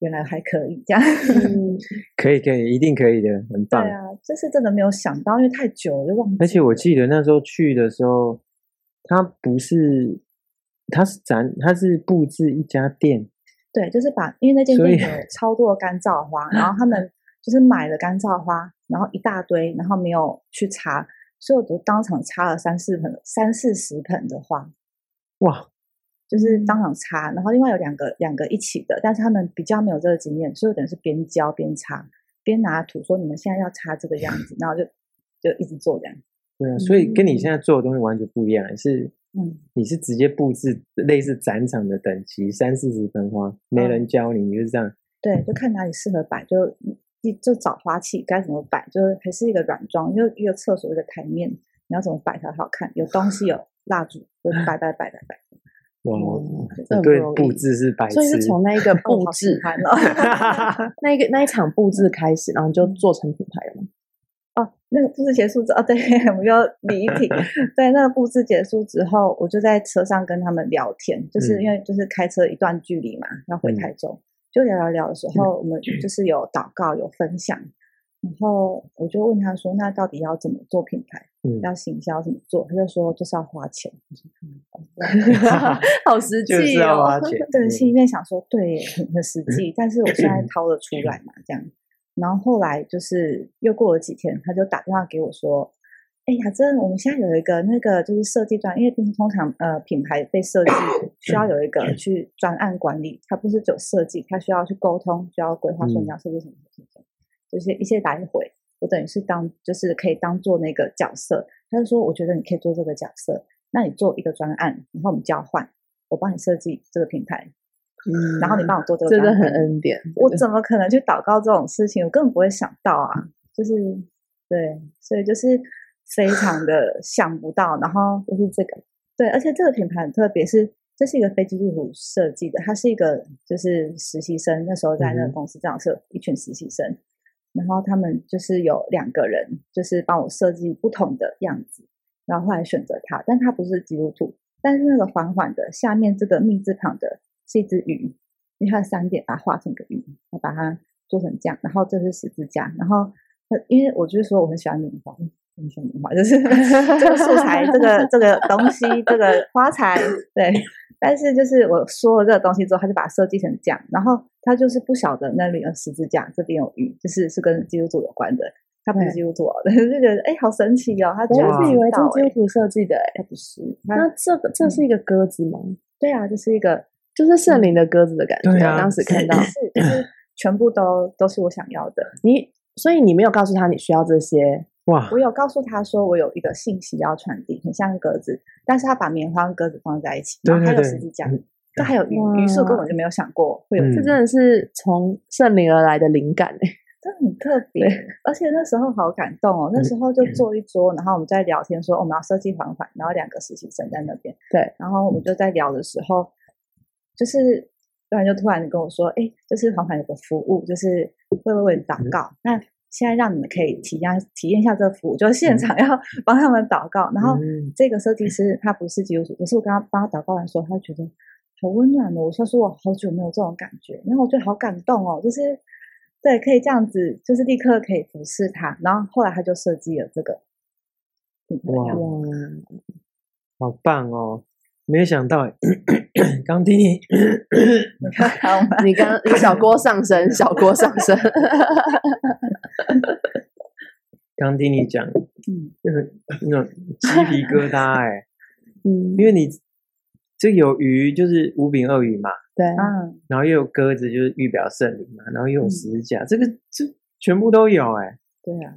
[SPEAKER 3] 原来还可以这样。 <laughs>
[SPEAKER 2] 嗯
[SPEAKER 1] 可以可以，一定可以的，很棒
[SPEAKER 3] 对。啊，这是真的没有想到，因为太久了就忘记了。
[SPEAKER 1] 而且我记得那时候去的时候，他不是，他是展，他是布置一家店，
[SPEAKER 3] 对，就是把因为那间
[SPEAKER 1] 所
[SPEAKER 3] 店
[SPEAKER 1] 以 <laughs>
[SPEAKER 3] 有超多的干燥花，然后他们就是买了干燥花，然后一大堆，然后没有去擦，所以我都当场擦了三四盆、三四十盆的花，
[SPEAKER 1] 哇，
[SPEAKER 3] 就是
[SPEAKER 1] 嗯
[SPEAKER 3] 当场擦。然后另外有两个两个一起的，但是他们比较没有这个经验，所以我等于是边教边擦，边拿土说你们现在要擦这个样子，然后就就一直做这样。
[SPEAKER 1] 对啊，所以跟
[SPEAKER 2] 嗯
[SPEAKER 1] 你现在做的东西完全不一样，你是
[SPEAKER 3] 嗯，
[SPEAKER 1] 你是直接布置类似展场的等级，三四十盆花，没
[SPEAKER 2] 嗯
[SPEAKER 1] 人教你，你就是这样。
[SPEAKER 3] 对，就看哪里适合摆，就就就找花器该怎么摆，就是还是一个软装，就一个厕所一个台面，你要怎么摆才好看？有东西有蜡烛，就摆摆摆摆摆。
[SPEAKER 1] 哇，
[SPEAKER 2] 嗯
[SPEAKER 1] 你
[SPEAKER 2] 很不
[SPEAKER 1] 对
[SPEAKER 2] 容易
[SPEAKER 1] 布置是白痴
[SPEAKER 2] 所以，是从那一
[SPEAKER 1] <laughs>
[SPEAKER 2] 个布置，
[SPEAKER 3] 盘哦， <laughs>
[SPEAKER 2] 那一个那一场布置开始，然后就做成品牌了嘛。
[SPEAKER 3] 哦，那个布置结束之后，哦对， <laughs> 我们又离题。 <laughs> 对，那个布置结束之后，我就在车上跟他们聊天，就是
[SPEAKER 2] 嗯
[SPEAKER 3] 因为就是开车一段距离嘛，要回台中，就聊聊聊的时
[SPEAKER 2] 嗯
[SPEAKER 3] 候，我们就是有祷告，有分享。然后我就问他说：“那到底要怎么做品牌？
[SPEAKER 1] 嗯， <laughs>
[SPEAKER 3] 要行销怎么做？”他就说：“就是要花 <laughs> 钱。我说嗯。
[SPEAKER 2] 好实际
[SPEAKER 1] 就
[SPEAKER 2] 哦，
[SPEAKER 1] 是要花钱
[SPEAKER 3] 对，
[SPEAKER 1] 嗯
[SPEAKER 3] 心里面想说，对耶，很很实际，但是我现在掏得出来嘛，这样。然后后来就是又过了几天，他就打电话给我说：“哎，雅珍，我们现在有一个那个就是设计专，因为通通常呃品牌被设计需要有一
[SPEAKER 2] 嗯
[SPEAKER 3] 个去专案管理，它不是只有设计，它需要去沟通，需要规划
[SPEAKER 2] 嗯
[SPEAKER 3] 说你要设计什么什么什么，就是一些来回。我等于是当就是可以当做那个角色，他就说我觉得你可以做这个角色，那你做一个专案，然后我们交换，我帮你设计这个品牌，
[SPEAKER 2] 嗯
[SPEAKER 3] 然后你帮我做这个，
[SPEAKER 2] 真的很。恩典。
[SPEAKER 3] 我
[SPEAKER 2] 对
[SPEAKER 3] 怎么可能去祷告这种事情？我根本不会想到啊！
[SPEAKER 1] 嗯
[SPEAKER 3] 就是对，所以就是非
[SPEAKER 1] <laughs>
[SPEAKER 3] 常的想不到。然后就是这个，对，而且这个品牌很特别是，这是一个非基督徒设计的，它是一个就是实习生，那时候在那
[SPEAKER 1] 嗯哼
[SPEAKER 3] 个公司正好是有一群实习生，然后他们就是有两个人，就是帮我设计不同的样子，然后后来选择它，但它不是基督徒，但是那个缓缓的下面这个密字旁的是一只鱼，因为它的三点啊把它画成个鱼，我把它做成这样，然后这是十字架，然后呃因为我就是说我很喜欢棉花，很喜欢棉花，就是 <laughs> 这个素材，这个这个东西，这个花材，对。但是就是我说了这个东西之后，他就把它设计成这样，然后他就是不晓得那里有十字架，这边有鱼，就是是跟基督徒有关的。他不是
[SPEAKER 2] 对
[SPEAKER 3] 基督徒哦， <laughs> 但是就觉得哎、好神奇哦！他居然
[SPEAKER 2] 我一直以为
[SPEAKER 3] 知道
[SPEAKER 2] 这是
[SPEAKER 3] 哎
[SPEAKER 2] 基督徒设计的，哎，不是。
[SPEAKER 3] 它
[SPEAKER 2] 那这个这是一个鸽子吗？
[SPEAKER 3] 对啊，就是一个
[SPEAKER 2] 就是圣灵的鸽子的感觉。
[SPEAKER 1] 对啊
[SPEAKER 2] 我当时看到
[SPEAKER 3] 是就是 <clears throat> 全部都都是我想要的。
[SPEAKER 2] 你，所以你没有告诉他你需要这些，
[SPEAKER 1] 哇，
[SPEAKER 3] 我有告诉他说我有一个信息要传递，很像鸽子，但是他把棉花跟鸽子放在一起，
[SPEAKER 1] 对
[SPEAKER 3] 然后
[SPEAKER 1] 对
[SPEAKER 3] 还有
[SPEAKER 1] 对
[SPEAKER 3] 十字，架，
[SPEAKER 1] 嗯
[SPEAKER 3] 这还有鱼
[SPEAKER 2] 哇，
[SPEAKER 3] 鱼是我根本就没有想过会有，
[SPEAKER 1] 嗯
[SPEAKER 2] 这真的是从圣灵而来的灵感哎。
[SPEAKER 3] 真的很特别。而且那时候好感动哦，
[SPEAKER 1] 嗯
[SPEAKER 3] 那时候就坐一桌，然后我们在聊天说、哦我们要设计环环，然后两个实习生在那边，
[SPEAKER 2] 对，
[SPEAKER 3] 然后我们就在聊的时候，就是突然就突然跟我说，哎，就是环环有个服务，就是会为人祷
[SPEAKER 1] 嗯
[SPEAKER 3] 告，那现在让你们可以体验体验一下这个服务，就是现场要 <laughs> 帮他们祷告，然后。
[SPEAKER 1] 嗯
[SPEAKER 3] 这个设计师他不是基督徒，可是我跟他帮他祷告完之后，他觉得好温暖哦。我说说我好久没有这种感觉，然后我觉得好感动哦，就是对，可以这样子，就是立刻可以服侍他。然后后来他就设计了这个，
[SPEAKER 1] 哇，
[SPEAKER 2] 哇，
[SPEAKER 1] 好棒哦！没有想到，刚听你
[SPEAKER 3] 你看好 <laughs> 吗？
[SPEAKER 2] 你刚你小郭上身，小郭上身，
[SPEAKER 1] 刚听你讲，
[SPEAKER 3] 嗯，
[SPEAKER 1] 就是那种鸡皮疙瘩哎、
[SPEAKER 2] 嗯
[SPEAKER 1] 因，为你这有鱼就是五饼二鱼嘛，
[SPEAKER 2] 对，
[SPEAKER 3] 啊，
[SPEAKER 1] 然后又有鸽子就是预表圣灵嘛，然后又有十字架，这个这全部都有哎、
[SPEAKER 3] 对啊，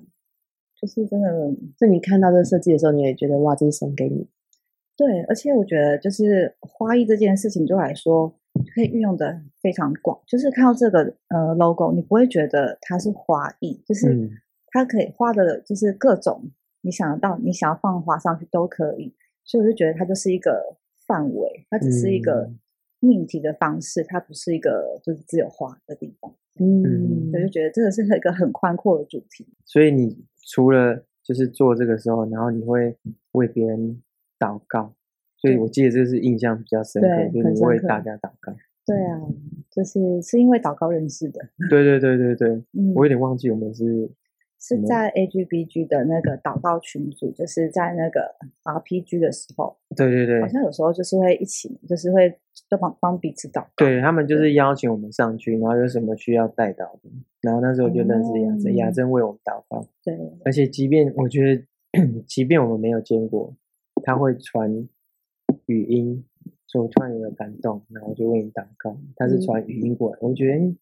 [SPEAKER 3] 就是真的
[SPEAKER 2] 就你看到这设计的时候，你也觉得哇，这是神给你，
[SPEAKER 3] 对，而且我觉得就是花艺这件事情对我来说，可以运用的非常广。就是看到这个呃 logo，你不会觉得它是花艺，就是。
[SPEAKER 1] 嗯
[SPEAKER 3] 它可以画的，就是各种你想得到，你想要放花上去都可以。所以我就觉得它就是一个范围，它只是一个
[SPEAKER 1] 嗯
[SPEAKER 3] 命题的方式，它不是一个就是只有花的地方。
[SPEAKER 2] 嗯
[SPEAKER 3] 所以就觉得这个是一个很宽阔的主题。
[SPEAKER 1] 所以你除了就是做这个时候，然后你会为别人祷告，所以我记得这是印象比较深刻，
[SPEAKER 2] 对
[SPEAKER 1] 就是
[SPEAKER 2] 很
[SPEAKER 1] 你
[SPEAKER 2] 深
[SPEAKER 1] 为
[SPEAKER 2] 刻
[SPEAKER 1] 大家祷告。
[SPEAKER 3] 对啊，就是是因为祷告认识的。
[SPEAKER 1] 对对对对对，
[SPEAKER 3] 嗯
[SPEAKER 1] 我有点忘记我们是
[SPEAKER 3] 是在 A G B G 的那个祷告群组，就是在那个 R P G 的时候，
[SPEAKER 1] 对对对
[SPEAKER 3] 好，像有时候就是会一起，就是会都帮帮彼此祷告。
[SPEAKER 1] 对他们就是邀请我们上去，然后有什么需要带到的，然后那时候就认识雅珍，
[SPEAKER 3] 嗯
[SPEAKER 1] 雅珍为我们祷告，
[SPEAKER 3] 对
[SPEAKER 1] 而且即便我觉得，即便我们没有见过，他会传语音，说我突然有个感动，然后就为你祷告，他
[SPEAKER 2] 嗯
[SPEAKER 1] 是传语音过来，我觉得嗯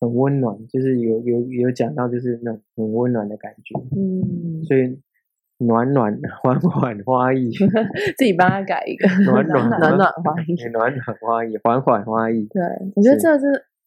[SPEAKER 1] 很温暖，就是有有有讲到就是那种很温暖的感觉，
[SPEAKER 2] 嗯，
[SPEAKER 1] 所以暖暖缓缓
[SPEAKER 2] <laughs>
[SPEAKER 1] 花意，
[SPEAKER 2] 自己帮他改一个
[SPEAKER 1] 暖暖
[SPEAKER 2] 暖暖
[SPEAKER 1] <laughs>
[SPEAKER 2] 花衣。
[SPEAKER 1] 对暖暖花意，缓缓花意，
[SPEAKER 2] 对，我觉得
[SPEAKER 1] 是
[SPEAKER 2] 这是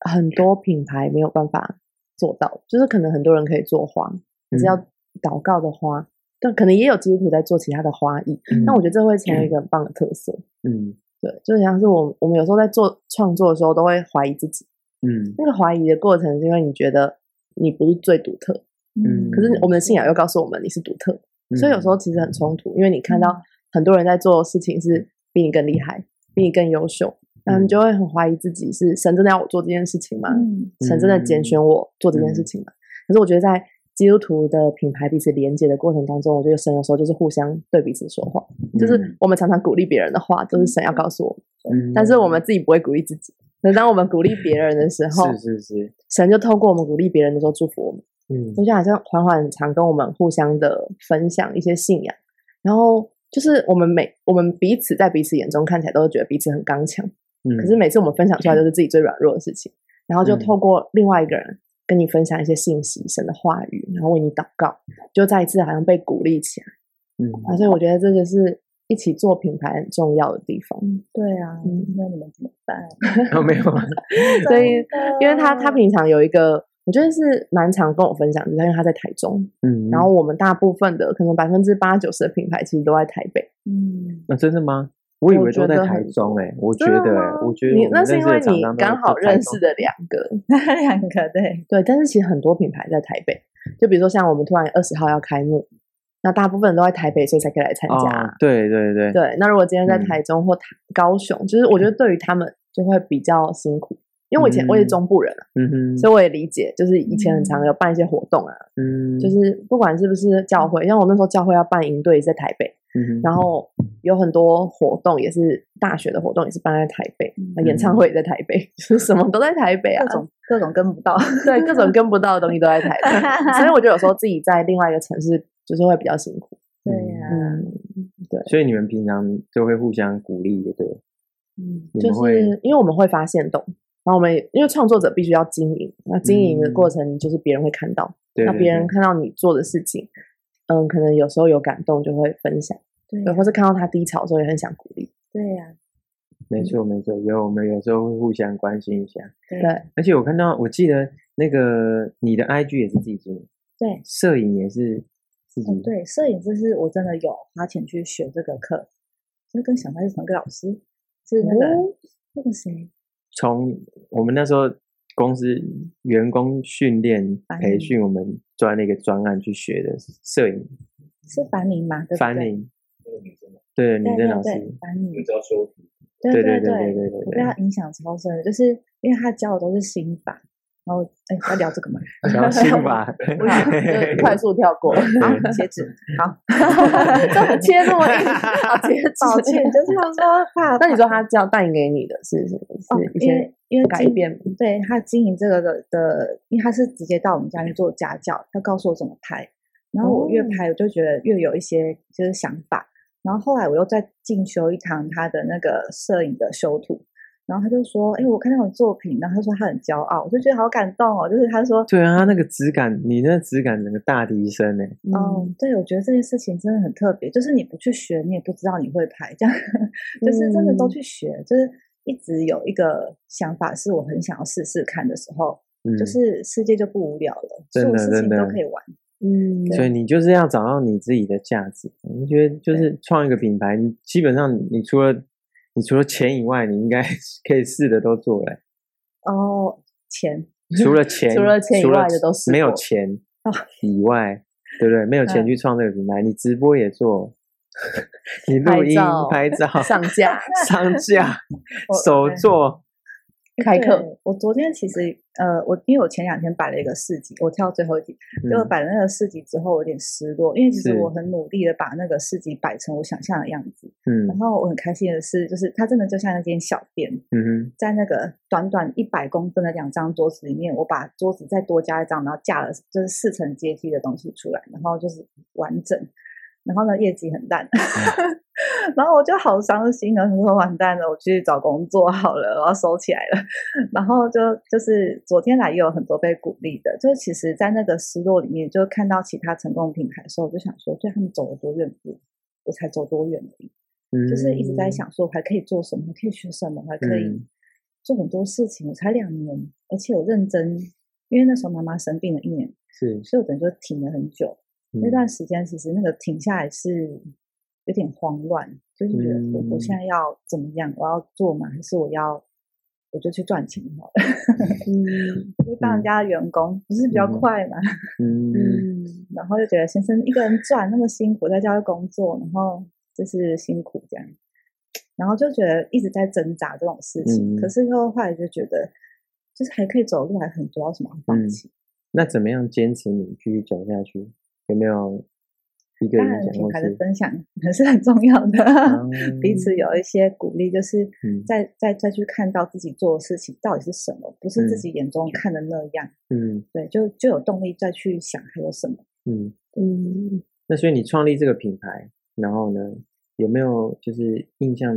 [SPEAKER 2] 很多品牌没有办法做到，就是可能很多人可以做花，可是要
[SPEAKER 1] 嗯
[SPEAKER 2] 祷告的花，但可能也有基督徒在做其他的花艺。
[SPEAKER 1] 嗯
[SPEAKER 2] 但我觉得这会成为一个很棒的特色。
[SPEAKER 1] 嗯
[SPEAKER 2] 对，就像是我我们有时候在做创作的时候，都会怀疑自己。
[SPEAKER 1] 嗯
[SPEAKER 2] 那个怀疑的过程，是因为你觉得你不是最独特，
[SPEAKER 1] 嗯
[SPEAKER 2] 可是我们的信仰又告诉我们你是独特的，
[SPEAKER 1] 嗯，
[SPEAKER 2] 所以有时候其实很冲突，因为你看到很多人在做事情是比你更厉害，比你更优秀，那你
[SPEAKER 1] 嗯
[SPEAKER 2] 就会很怀疑自己是神真的要我做这件事情吗？
[SPEAKER 3] 嗯
[SPEAKER 2] 神真的拣选我做这
[SPEAKER 1] 嗯
[SPEAKER 2] 件事情嘛。可是我觉得在基督徒的品牌彼此连接的过程当中，我觉得神有时候就是互相对彼此说话，就是我们常常鼓励别人的话，都是神要告诉我们，
[SPEAKER 1] 嗯，
[SPEAKER 2] 但是我们自己不会鼓励自己。那当我们鼓励别人的时候，
[SPEAKER 1] 是是是，
[SPEAKER 2] 神就透过我们鼓励别人的时候祝福我们。
[SPEAKER 1] 嗯
[SPEAKER 2] 我就好像缓缓常跟我们互相的分享一些信仰，然后就是我们每我们彼此在彼此眼中看起来都是觉得彼此很刚强。
[SPEAKER 1] 嗯，
[SPEAKER 2] 可是每次我们分享出来都是自己最软弱的事情，然后就
[SPEAKER 1] 嗯
[SPEAKER 2] 透过另外一个人跟你分享一些信息、神的话语，然后为你祷告，就再一次好像被鼓励起来。
[SPEAKER 1] 嗯
[SPEAKER 2] <laughs> 啊，所以我觉得这个是一起做品牌很重要的地方，
[SPEAKER 3] 对啊
[SPEAKER 2] 嗯，
[SPEAKER 3] 那你们怎么
[SPEAKER 2] <laughs>
[SPEAKER 3] 办？
[SPEAKER 1] 哦没有，
[SPEAKER 2] 所以因为他
[SPEAKER 3] 真的
[SPEAKER 2] 他平常有一个。我觉得是蛮常跟我分享，就是因为他在台中，
[SPEAKER 1] 嗯，
[SPEAKER 2] <laughs> 然后我们大部分的可能百分之八九十的品牌其实都在台北。
[SPEAKER 3] 嗯
[SPEAKER 1] 啊真的吗？我以
[SPEAKER 2] 我
[SPEAKER 1] 为
[SPEAKER 2] 觉
[SPEAKER 1] 都在
[SPEAKER 2] 得
[SPEAKER 1] 台
[SPEAKER 2] 很
[SPEAKER 1] 中诶，我觉
[SPEAKER 2] 真的
[SPEAKER 1] 得诶
[SPEAKER 2] 吗
[SPEAKER 1] 我觉得
[SPEAKER 2] 你
[SPEAKER 1] 我
[SPEAKER 2] 那
[SPEAKER 1] 们
[SPEAKER 2] 是
[SPEAKER 1] 认
[SPEAKER 2] 因
[SPEAKER 1] 识的
[SPEAKER 2] 为
[SPEAKER 1] 厂
[SPEAKER 2] 你
[SPEAKER 1] 商都
[SPEAKER 2] 刚
[SPEAKER 1] 在
[SPEAKER 2] 好
[SPEAKER 1] 台
[SPEAKER 2] 认
[SPEAKER 1] 中
[SPEAKER 2] 识的两个，
[SPEAKER 3] 两个对，
[SPEAKER 2] 对，但是其实很多品牌在台北，就比如说像我们突然二十号要开幕，那大部分人都在台北，所以才可以来参加。
[SPEAKER 1] 哦，对对对，
[SPEAKER 2] 对，那如果今天在
[SPEAKER 1] 嗯
[SPEAKER 2] 台中或台高雄，就是我觉得对于他们就会比较辛苦，因为我以前我也
[SPEAKER 1] 嗯
[SPEAKER 2] 是中部人啊，
[SPEAKER 1] 嗯哼，
[SPEAKER 2] 所以我也理解，就是以前很常有办一些活动啊，
[SPEAKER 1] 嗯，
[SPEAKER 2] 就是不管是不是教会，像我那时候教会要办营队也是在台北，
[SPEAKER 1] 嗯哼，
[SPEAKER 2] 然后有很多活动也是大学的活动也是办在台北，那演唱会也在台北，就是什么都在台北啊
[SPEAKER 3] 嗯各，种各种跟
[SPEAKER 2] <laughs>
[SPEAKER 3] 不到，
[SPEAKER 2] 对，各种跟不到的东西都在台北。
[SPEAKER 3] <laughs>
[SPEAKER 2] 所以我觉得有时候自己在另外一个城市就是会比较辛
[SPEAKER 3] <laughs>
[SPEAKER 2] 苦。
[SPEAKER 3] 对呀，
[SPEAKER 2] 嗯，
[SPEAKER 1] 所以你们平常就会互相鼓励，对了，
[SPEAKER 3] 嗯
[SPEAKER 1] 你
[SPEAKER 2] 就
[SPEAKER 1] 们会
[SPEAKER 2] 是因为我们会发现动，然后我们也因为创作者必须要经营，那经营的
[SPEAKER 3] 嗯
[SPEAKER 2] 过程就是别人会看到，
[SPEAKER 1] 对
[SPEAKER 2] 那
[SPEAKER 1] 对
[SPEAKER 2] 别
[SPEAKER 1] 对
[SPEAKER 2] 人看到你做的事情，嗯，可能有时候有感动就会分享，
[SPEAKER 3] 对
[SPEAKER 2] 对，
[SPEAKER 3] 呀
[SPEAKER 2] 或是看到他低潮的时候也很想鼓
[SPEAKER 3] <laughs>
[SPEAKER 2] 励，
[SPEAKER 3] 对呀，
[SPEAKER 1] 没错没错，有我们有时候会互相关心一下，
[SPEAKER 3] 对
[SPEAKER 2] 对
[SPEAKER 1] 而且我看到，我记得那个你的 IG 也是自己经营，
[SPEAKER 3] 对
[SPEAKER 1] 摄影也是自己
[SPEAKER 3] 哦，对，摄影这是我真的有花钱去学这个课，就是跟小麦是同一个老师，是那
[SPEAKER 2] 哦
[SPEAKER 3] 个那个谁，
[SPEAKER 1] 从我们那时候公司员工训练
[SPEAKER 3] 翻译
[SPEAKER 1] 培训，我们专那个专案去学的摄影
[SPEAKER 3] 是樊宁嘛？对不
[SPEAKER 1] 翻
[SPEAKER 3] 对？
[SPEAKER 1] 领，
[SPEAKER 4] 那个女生嘛，
[SPEAKER 1] 对
[SPEAKER 3] 对
[SPEAKER 1] 女生老
[SPEAKER 3] 对
[SPEAKER 1] 师
[SPEAKER 3] 对，，樊宁
[SPEAKER 4] 你，知道修图，
[SPEAKER 1] 对
[SPEAKER 3] 对
[SPEAKER 1] 对对
[SPEAKER 3] 对
[SPEAKER 1] 对对
[SPEAKER 3] 我
[SPEAKER 1] 对
[SPEAKER 3] 被他影响超深的，就是因为他教的都是心法，然后哎，要聊这个
[SPEAKER 4] <laughs>
[SPEAKER 3] 嘛？
[SPEAKER 1] 对，然后心法，
[SPEAKER 2] 就是快速跳过，
[SPEAKER 3] 好， <laughs> 截止，好，
[SPEAKER 2] 这么切这么硬，好切 <laughs>
[SPEAKER 3] 抱歉，就是他说怕，
[SPEAKER 2] 那你说他叫带给你的是什么？
[SPEAKER 3] 哦
[SPEAKER 2] 是一
[SPEAKER 3] 因为
[SPEAKER 2] 些
[SPEAKER 3] 因为
[SPEAKER 2] 改
[SPEAKER 3] 经
[SPEAKER 2] 变吗
[SPEAKER 3] 对他经营这个的的，因为他是直接到我们家去做家教，他告诉我怎么拍，然后我越
[SPEAKER 2] 哦
[SPEAKER 3] 拍我就觉得越有一些就是想法，然后后来我又再进修一堂他的那个摄影的修图，然后他就说，哎、我看到你作品，然后他说他很骄傲，我就觉得好感动哦，就是他
[SPEAKER 1] <laughs>
[SPEAKER 3] 说，
[SPEAKER 1] 对啊，它那个质感，你那质感整个大提升欸呢，
[SPEAKER 3] 哦
[SPEAKER 2] 嗯，
[SPEAKER 3] 对，我觉得这件事情真的很特别，就是你不去学，你也不知道你会拍，这样 <laughs> 就是真的都
[SPEAKER 2] 嗯
[SPEAKER 3] 去学，就是一直有一个想法，是我很想要试试看的时候。
[SPEAKER 1] 嗯，
[SPEAKER 3] 就是世界就不无聊了，所
[SPEAKER 1] 真
[SPEAKER 3] 有
[SPEAKER 1] 的
[SPEAKER 3] 事情
[SPEAKER 1] 真的
[SPEAKER 3] 都可以玩。
[SPEAKER 2] 嗯，
[SPEAKER 1] 所以你就是要找到你自己的价值。我觉得就是创一个品牌，你基本上你除了你除了钱以外，你应该 <laughs> 可以试的都做了。
[SPEAKER 3] 哦，钱
[SPEAKER 1] 除了
[SPEAKER 3] <laughs>
[SPEAKER 1] 钱，
[SPEAKER 2] 除了钱以外的都试过
[SPEAKER 1] 没有钱
[SPEAKER 3] 哦
[SPEAKER 1] 以外，对不对？没有
[SPEAKER 3] 嗯
[SPEAKER 1] 钱去创这个品牌，你直播也做，你录音、
[SPEAKER 2] 拍照
[SPEAKER 1] 拍照、
[SPEAKER 2] 上架，
[SPEAKER 1] 上架 <laughs>
[SPEAKER 3] 我、
[SPEAKER 1] 手作，
[SPEAKER 2] 开
[SPEAKER 3] 哎对
[SPEAKER 2] 课。
[SPEAKER 3] 我昨天其实呃，我因为我前两天摆了一个市集，我跳最后一集，结果
[SPEAKER 1] 嗯
[SPEAKER 3] 摆了那个市集之后，我有点失落，因为其实
[SPEAKER 1] 是
[SPEAKER 3] 我很努力的把那个市集摆成我想象的样子。然
[SPEAKER 1] 嗯
[SPEAKER 3] 后我很开心的是，就是它真的就像那间小店，
[SPEAKER 1] 嗯哼
[SPEAKER 3] 在那个短短一百公分的两张桌子里面，我把桌子再多加一张，然后架了就是四层阶梯的东西出来，然后就是完整。然后呢，业绩很淡， <laughs> 然后我就好伤心啊！我说完蛋了，我去找工作好了，我要收起来了。 <laughs> 然后就就是昨天来也有很多被鼓励的，就是其实，在那个失落里面，就看到其他成功品牌的时候，我就想说，对他们走了多远路，我才走多远而已。
[SPEAKER 1] 嗯，
[SPEAKER 3] 就是一直在想说我还可以做什么，可以学什么，还可以
[SPEAKER 1] 嗯
[SPEAKER 3] 做很多事情。我才两年，而且我认真，因为那时候妈妈生病了一年，
[SPEAKER 1] 是
[SPEAKER 3] 所以我等于就停了很久。那
[SPEAKER 1] 嗯
[SPEAKER 3] 段时间其实那个停下来是有点慌乱，就是觉得我我现
[SPEAKER 1] 嗯
[SPEAKER 3] 在要怎么样？我要做吗？还是我要我就去赚钱好了？ <laughs>
[SPEAKER 2] 嗯
[SPEAKER 3] 就当人家的员工不是比较
[SPEAKER 1] 嗯哼
[SPEAKER 3] 快嘛？
[SPEAKER 1] 嗯
[SPEAKER 2] 嗯，
[SPEAKER 3] 然后就觉得先生一个人赚那么辛苦，在家又工作，然后就是辛苦这样，然后就觉得一直在挣扎这种事情。
[SPEAKER 1] 嗯
[SPEAKER 3] 可是又后来就觉得，就是还可以走路还很多，要什么好放
[SPEAKER 1] 嗯
[SPEAKER 3] 弃？
[SPEAKER 1] 那怎么样坚持你继续走下去？有没有一个
[SPEAKER 3] 当
[SPEAKER 1] 影
[SPEAKER 3] 然，
[SPEAKER 1] 响
[SPEAKER 3] 品
[SPEAKER 1] 或
[SPEAKER 3] 牌的
[SPEAKER 1] 是
[SPEAKER 3] 分享也是很重要的， <laughs> 彼
[SPEAKER 1] 嗯
[SPEAKER 3] 此有一些鼓励，就是
[SPEAKER 1] 嗯
[SPEAKER 3] 再再再去看到自己做的事情到底是什么，不是自
[SPEAKER 1] 嗯
[SPEAKER 3] 己眼中看的那样。
[SPEAKER 1] 嗯
[SPEAKER 3] 对，就就有动力再去想还有什么。
[SPEAKER 1] 嗯？
[SPEAKER 2] 嗯，
[SPEAKER 1] 那所以你创立这个品牌，然后呢，有没有就是印象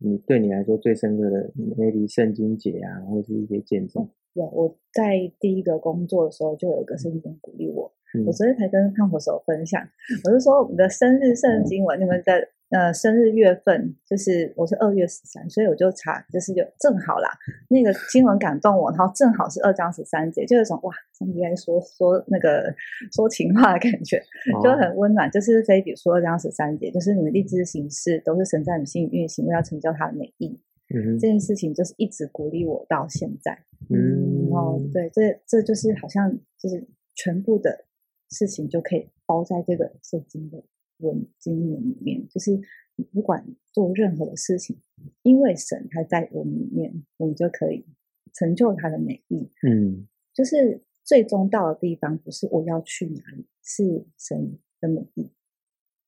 [SPEAKER 1] 你对你来说最深刻的，maybe 圣经节啊，或是一些见证？
[SPEAKER 3] 有我在第一个工作的时候，就有一个圣经鼓励我，
[SPEAKER 1] 嗯
[SPEAKER 3] 我昨天才跟胖火手分享，我就说我们的生
[SPEAKER 1] 嗯
[SPEAKER 3] 日圣经文，你们的呃生日月份就是我是二月十三，所以我就查，就是有正好啦，那个经文感动我，然后正好是二章十三节，就有一种哇，上帝在说说那个说情话的感觉，就
[SPEAKER 1] 哦
[SPEAKER 3] 很温暖。就是菲比说二章十三节，就是你们立志行事都是神在你心里运行，为要成就他的美意。
[SPEAKER 1] 嗯
[SPEAKER 3] 这件事情就是一直鼓励我到现在。
[SPEAKER 1] 嗯
[SPEAKER 3] 然后对，这这就是好像就是全部的事情就可以包在这个圣经的文经文里面，就是你不管做任何的事情，因为神他在我们里面，我们就可以成就他的美意。
[SPEAKER 1] 嗯
[SPEAKER 3] 就是最终到的地方，不是我要去哪里，是神的美意。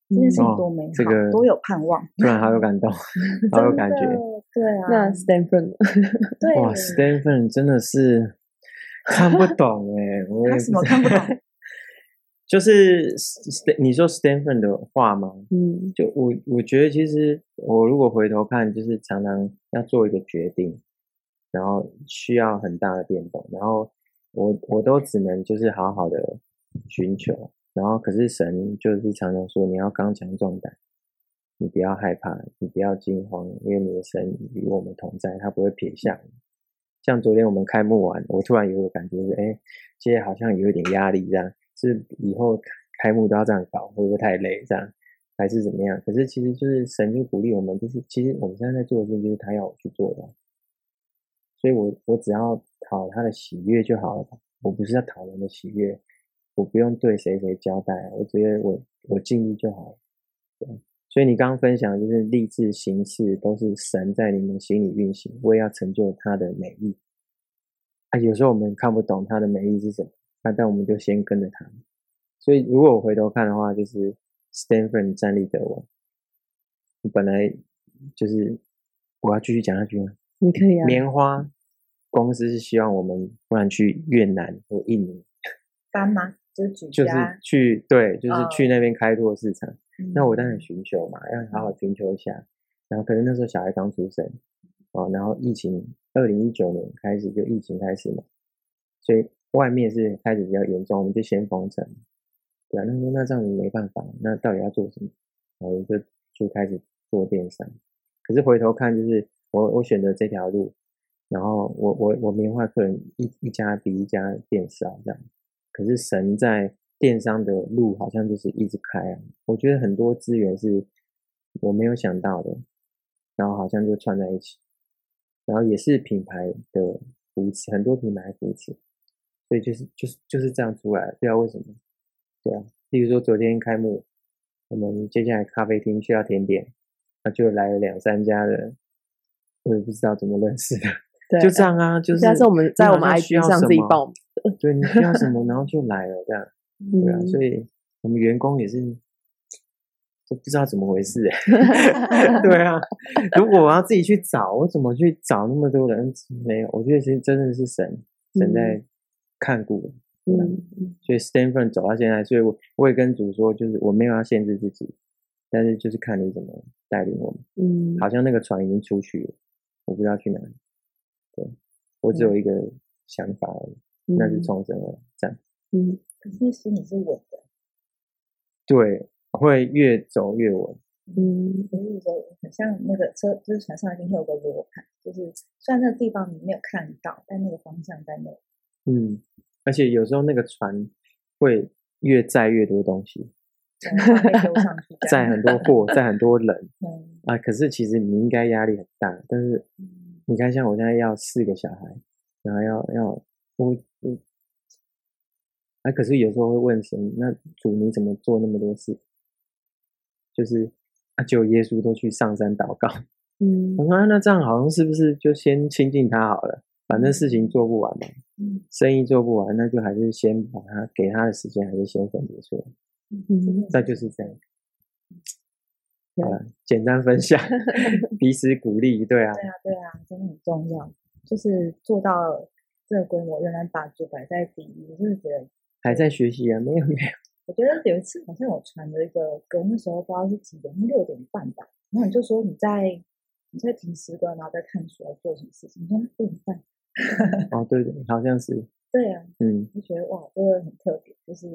[SPEAKER 3] 这件事
[SPEAKER 1] 哦
[SPEAKER 3] 情多美好，
[SPEAKER 1] 这个
[SPEAKER 3] 多有盼望，
[SPEAKER 1] 突然好有感动，好有
[SPEAKER 3] <laughs> 真
[SPEAKER 1] 感觉。
[SPEAKER 3] 的对啊，
[SPEAKER 2] 那 Stanford 呢
[SPEAKER 3] 对
[SPEAKER 1] 哇，Stephen 真的是看不懂哎、我也
[SPEAKER 3] 他
[SPEAKER 1] 不
[SPEAKER 3] 什么
[SPEAKER 1] 知
[SPEAKER 3] 看不懂
[SPEAKER 1] 道？就是 St- 你说 Stephen 的话吗？
[SPEAKER 2] 嗯
[SPEAKER 1] 就我我觉得，其实我如果回头看，就是常常要做一个决定，然后需要很大的变动，然后我我都只能就是好好的寻求，然后可是神就是常常说你要刚强壮胆，你不要害怕，你不要惊慌，因为你的神与我们同在，他不会撇下你。像昨天我们开幕完，我突然有一个感觉是，哎，今天好像有一点压力，这样是以后开幕都要这样搞，会不会太累？这样还是怎么样？可是其实就是神就鼓励我们，就是其实我们现在在做的事情就是他要我去做的啊，所以我我只要讨他的喜悦就好了，我不是要讨人的喜悦，我不用对谁谁交代啊，我觉得我我尽力就好了。对，所以你刚刚分享的就是立志行事都是神在你们心里运行，我也要成就他的美意。啊，有时候我们看不懂他的美意是什么，那、但我们就先跟着他。所以如果我回头看的话，就是 Stanford 站立得稳。我本来就是我要继续讲下去吗？
[SPEAKER 2] 你可以啊，
[SPEAKER 1] 棉花公司是希望我们不然去越南或印尼，
[SPEAKER 3] 搬吗？就是举
[SPEAKER 1] 就是
[SPEAKER 3] 家，
[SPEAKER 1] 去对，就是
[SPEAKER 3] 嗯
[SPEAKER 1] 去那边开拓市场。那我当然
[SPEAKER 3] 嗯
[SPEAKER 1] 寻求嘛，要好好寻求一下。然后可能那时候小孩刚出生，哦，然后疫情，二零一九年开始就疫情开始嘛，所以外面是开始比较严重，我们就先封城。对啊，那说那这样子没办法，那到底要做什么？然后我就就开始做电商。可是回头看，就是我我选择这条路，然后我我我棉花客人一一家比一家变少这样。可是神在电商的路好像就是一直开啊，我觉得很多资源是我没有想到的，然后好像就串在一起，然后也是品牌的扶持，很多品牌扶持，所以就是就是就是这样出来，不知道为什么，对啊，例如说昨天开幕，我们接下来咖啡厅需要甜点，那就来了两三家的，我也不知道怎么认识的，
[SPEAKER 2] 对，
[SPEAKER 1] 就这。样啊，就是
[SPEAKER 2] 下次我们在我们
[SPEAKER 1] 你好像需
[SPEAKER 2] IG
[SPEAKER 1] 要
[SPEAKER 2] 上自己
[SPEAKER 1] 什么
[SPEAKER 2] 报名，
[SPEAKER 1] 对你需要什
[SPEAKER 2] <laughs>
[SPEAKER 1] 么，然后就来了这样，对啊，
[SPEAKER 2] 嗯
[SPEAKER 1] 所以我们员工也是都不知道怎么回事哎、
[SPEAKER 2] <laughs>
[SPEAKER 1] 对啊，如果我要自己去找，我怎么去找那么多人？没有，我觉得其实真的是神神在看顾我，
[SPEAKER 2] 嗯，
[SPEAKER 1] 所以 Stanford 走到现在，所以我我也跟主说，就是我没有要限制自己，但是就是看你怎么带领我们。
[SPEAKER 2] 嗯，
[SPEAKER 1] 好像那个船已经出去了，我不知道去哪里。对我只有一个想法而已，那是
[SPEAKER 2] 嗯
[SPEAKER 1] 重生而来这样。
[SPEAKER 2] 嗯
[SPEAKER 3] 可是心里是稳的，
[SPEAKER 1] 对，会越走越稳。
[SPEAKER 2] 嗯
[SPEAKER 3] 所以说很像那个车，就是船上一定会有个罗盘，就是虽然那个地方你没有看到，但那个方向在那里。
[SPEAKER 1] 嗯，而且有时候那个船会越载越多东西，
[SPEAKER 3] 然后被丢上去
[SPEAKER 1] <laughs>
[SPEAKER 3] 这
[SPEAKER 1] 载
[SPEAKER 3] 样，
[SPEAKER 1] 很多货，载很多
[SPEAKER 3] <laughs>
[SPEAKER 1] 人
[SPEAKER 3] 嗯，
[SPEAKER 1] 啊。可是其实你应该压力很大，但是你看，像我现在要四个小孩，然后要要我我，啊，可是有时候会问神，那主你怎么做那么多事？就是啊，只有耶稣都去上山祷告。
[SPEAKER 2] 嗯
[SPEAKER 1] 我说、啊、那这样好像是不是就先亲近他好了？反
[SPEAKER 2] 嗯
[SPEAKER 1] 正事情做不完嘛，
[SPEAKER 3] 嗯
[SPEAKER 1] 生意做不完，那就还是先把他给他的时间还是先分别出来。
[SPEAKER 2] 嗯
[SPEAKER 1] 那就是这样。好了，简单分
[SPEAKER 2] <laughs>
[SPEAKER 1] 享，彼此鼓励，对啊，
[SPEAKER 3] 对啊，对啊，真的很重要，就是做到这个规模，仍然把主摆在第一，我真的觉得。
[SPEAKER 1] 还在学习啊，没有没有。
[SPEAKER 3] 我觉得有一次好像有传了一个歌，那时候不知道是几点，六点半吧。然后你就说你在你在停十歌，然后在看书要做什么事情。你说那六点半，
[SPEAKER 2] <laughs>
[SPEAKER 1] 哦，对对，好像是，
[SPEAKER 3] 对啊，
[SPEAKER 1] 嗯，
[SPEAKER 3] 就觉得哇，这个很特别，就是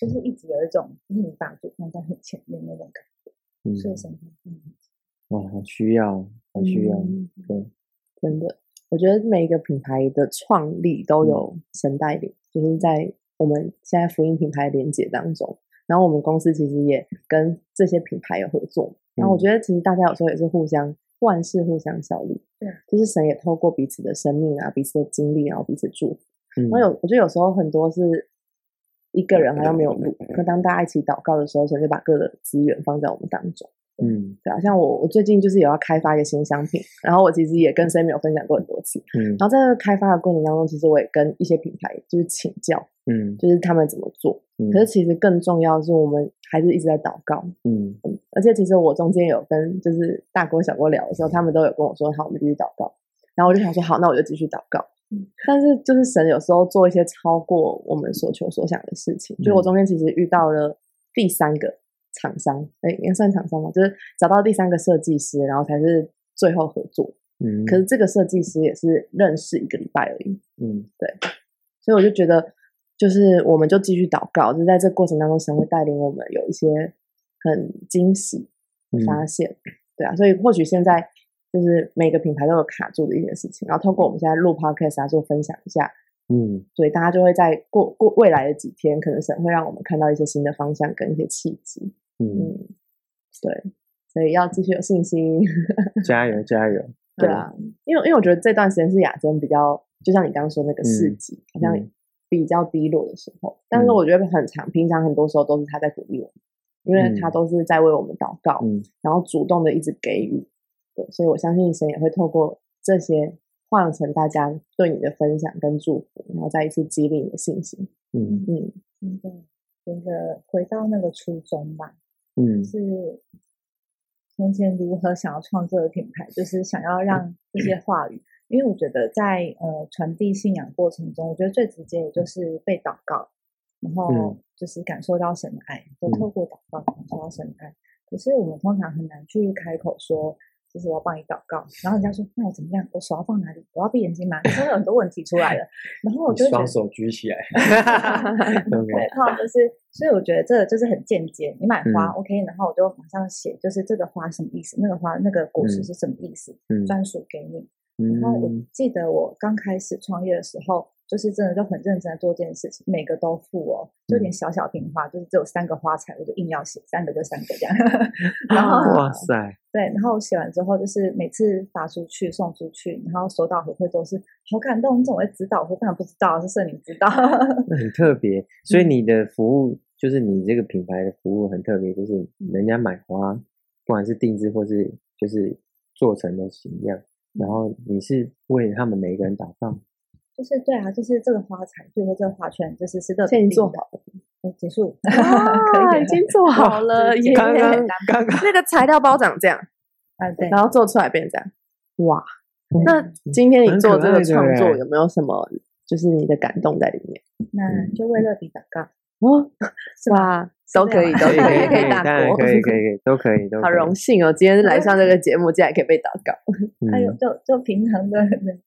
[SPEAKER 3] 就是一直有一种就是你把主放在很前面那种感
[SPEAKER 1] 嗯
[SPEAKER 3] 觉，所以神嗯，
[SPEAKER 1] 哇，好需要，哦好需要，
[SPEAKER 2] 嗯
[SPEAKER 1] 对，
[SPEAKER 2] 真的，我觉得每一个品牌的创立都
[SPEAKER 1] 嗯
[SPEAKER 2] 有神带领，就是在我们现在福音品牌连接当中。然后我们公司其实也跟这些品牌有合作，然后我
[SPEAKER 1] 嗯
[SPEAKER 2] 觉得其实大家有时候也是互相万事互相效力，
[SPEAKER 3] 对，
[SPEAKER 2] 就是神也透过彼此的生命啊、彼此的经历，然后彼此祝福。
[SPEAKER 1] 嗯
[SPEAKER 2] 然后有，我觉得有时候很多是一个人好像没有
[SPEAKER 1] 嗯
[SPEAKER 2] 路，可当大家一起祷告的时候，神就把各个资源放在我们当中。
[SPEAKER 1] 嗯
[SPEAKER 2] 对啊，像我，我最近就是有要开发一个新商品，然后我其实也跟 Sam 有分享过很多次。
[SPEAKER 1] 嗯
[SPEAKER 2] 然后在这个开发的过程当中，其实我也跟一些品牌就是请教，
[SPEAKER 1] 嗯
[SPEAKER 2] 就是他们怎么做。
[SPEAKER 1] 嗯，
[SPEAKER 2] 可是其实更重要的是，我们还是一直在祷告。
[SPEAKER 1] 嗯
[SPEAKER 2] 而且其实我中间有跟就是大郭小郭聊的时候，他们都有跟我说，好，我们继续祷告。然后我就想说，好，那我就继续祷告。
[SPEAKER 1] 嗯
[SPEAKER 2] 但是就是神有时候做一些超过我们所求所想的事情，就
[SPEAKER 1] 嗯
[SPEAKER 2] 我中间其实遇到了第三个厂商，哎，应该算厂商吧，就是找到第三个设计师，然后才是最后合作。
[SPEAKER 1] 嗯，
[SPEAKER 2] 可是这个设计师也是认识一个礼拜而已，
[SPEAKER 1] 嗯
[SPEAKER 2] 所以我就觉得，就是我们就继续祷告，就在这过程当中，神会带领我们有一些很惊喜的
[SPEAKER 1] 嗯
[SPEAKER 2] 发现，对啊，所以或许现在就是每个品牌都有卡住的一些事情，然后透过我们现在录 podcast 啊做分享一下，
[SPEAKER 1] 嗯
[SPEAKER 2] 所以大家就会在过过未来的几天，可能神会让我们看到一些新的方向跟一些契机，
[SPEAKER 1] 嗯，
[SPEAKER 2] 嗯，对，所以要继续有信心。嗯
[SPEAKER 1] 加油加油，
[SPEAKER 2] 对啊，因为因为我觉得这段时间是雅珍比较，就像你刚刚说那个市
[SPEAKER 1] 嗯
[SPEAKER 2] 集，好像
[SPEAKER 1] 嗯
[SPEAKER 2] 比较低落的时候，但是我觉得很长，平常很多时候都是他在鼓励我们，因为他
[SPEAKER 1] 嗯
[SPEAKER 2] 都是在为我们祷告，
[SPEAKER 1] 嗯
[SPEAKER 2] 然后主动的一直给予，对，所以我相信神也会透过这些换成大家对你的分享跟祝福，然后再一次激励你的信心。
[SPEAKER 1] 嗯
[SPEAKER 2] 嗯
[SPEAKER 3] 真的真的回到那个初衷吧，
[SPEAKER 1] 嗯
[SPEAKER 3] 就是从前如何想要创作的品牌，就是想要让这些话语，因为我觉得在呃传递信仰过程中，我觉得最直接的就是被祷告，然后
[SPEAKER 1] 嗯
[SPEAKER 3] 就是感受到神的爱，就
[SPEAKER 1] 嗯
[SPEAKER 3] 透过祷告感受到神的爱。可是我们通常很难去开口说，就是我要帮你祷告，然后人家说那我怎么样？我手要放哪里？我要闭眼睛吗？真的有很多问题出来了，然后我就会觉
[SPEAKER 1] 双
[SPEAKER 3] 得。
[SPEAKER 1] 手举起来
[SPEAKER 3] 对
[SPEAKER 1] ，OK，，
[SPEAKER 3] 通常就是，所以我觉得这个就是很间接。你买花、
[SPEAKER 1] 嗯
[SPEAKER 3] o k 然后我就马上写，就是这个花什么意思，那个花那个果实
[SPEAKER 1] 嗯
[SPEAKER 3] 是什么意思，
[SPEAKER 1] 嗯
[SPEAKER 3] 专属给你。然后我
[SPEAKER 1] 嗯
[SPEAKER 3] 记得我刚开始创业的时候，就是真的就很认真的做这件事情，每个都付哦，
[SPEAKER 1] 嗯
[SPEAKER 3] 就连小小瓶花，就是只有三个花材，我就硬要写三个就三个
[SPEAKER 1] <laughs>
[SPEAKER 3] 这样。然后
[SPEAKER 1] 哇塞，
[SPEAKER 3] 对，然后写完之后，就是每次发出去、送出去，然后收到回馈都是好感动，你怎么会知道？我说当然不知道，是圣灵知道。
[SPEAKER 1] 那很特别，所以你的服务就是你这个品牌的服务很特别，就是人家买花，不管是定制或是就是做成的形样，然后你是为他们每一个人打造，
[SPEAKER 3] 就是对啊，就是这个花材，比如说这个花圈，就是是乐
[SPEAKER 2] 现在已经做
[SPEAKER 3] 好了，结束，
[SPEAKER 2] <laughs> 哇，
[SPEAKER 3] 可以
[SPEAKER 2] 已经做好了耶！
[SPEAKER 1] 刚刚刚刚
[SPEAKER 2] 那个材料包长这样，
[SPEAKER 3] 啊，对，
[SPEAKER 2] 然后做出来变这样，哇！
[SPEAKER 3] 对
[SPEAKER 2] 那今天你
[SPEAKER 1] 蛮
[SPEAKER 2] 做
[SPEAKER 1] 哎嗯可
[SPEAKER 2] 这个
[SPEAKER 1] 爱的
[SPEAKER 2] 创
[SPEAKER 1] 耶
[SPEAKER 2] 作有没有什么就是你的感动在里面？嗯
[SPEAKER 3] 那就为乐迪祷告，
[SPEAKER 2] <laughs> 哦，哇，都可以，
[SPEAKER 3] 是
[SPEAKER 2] 都
[SPEAKER 3] 这
[SPEAKER 2] 可以，
[SPEAKER 3] 样
[SPEAKER 2] 也
[SPEAKER 1] 啊
[SPEAKER 2] 可
[SPEAKER 1] 可
[SPEAKER 2] 以
[SPEAKER 1] 以，
[SPEAKER 2] 大
[SPEAKER 1] 当然
[SPEAKER 2] 锅，
[SPEAKER 1] 可以可以可以都可以都可以
[SPEAKER 2] 好荣幸哦！今天来上这个节目，竟然可以被祷告，
[SPEAKER 1] 嗯
[SPEAKER 3] 还有哎就就平衡的，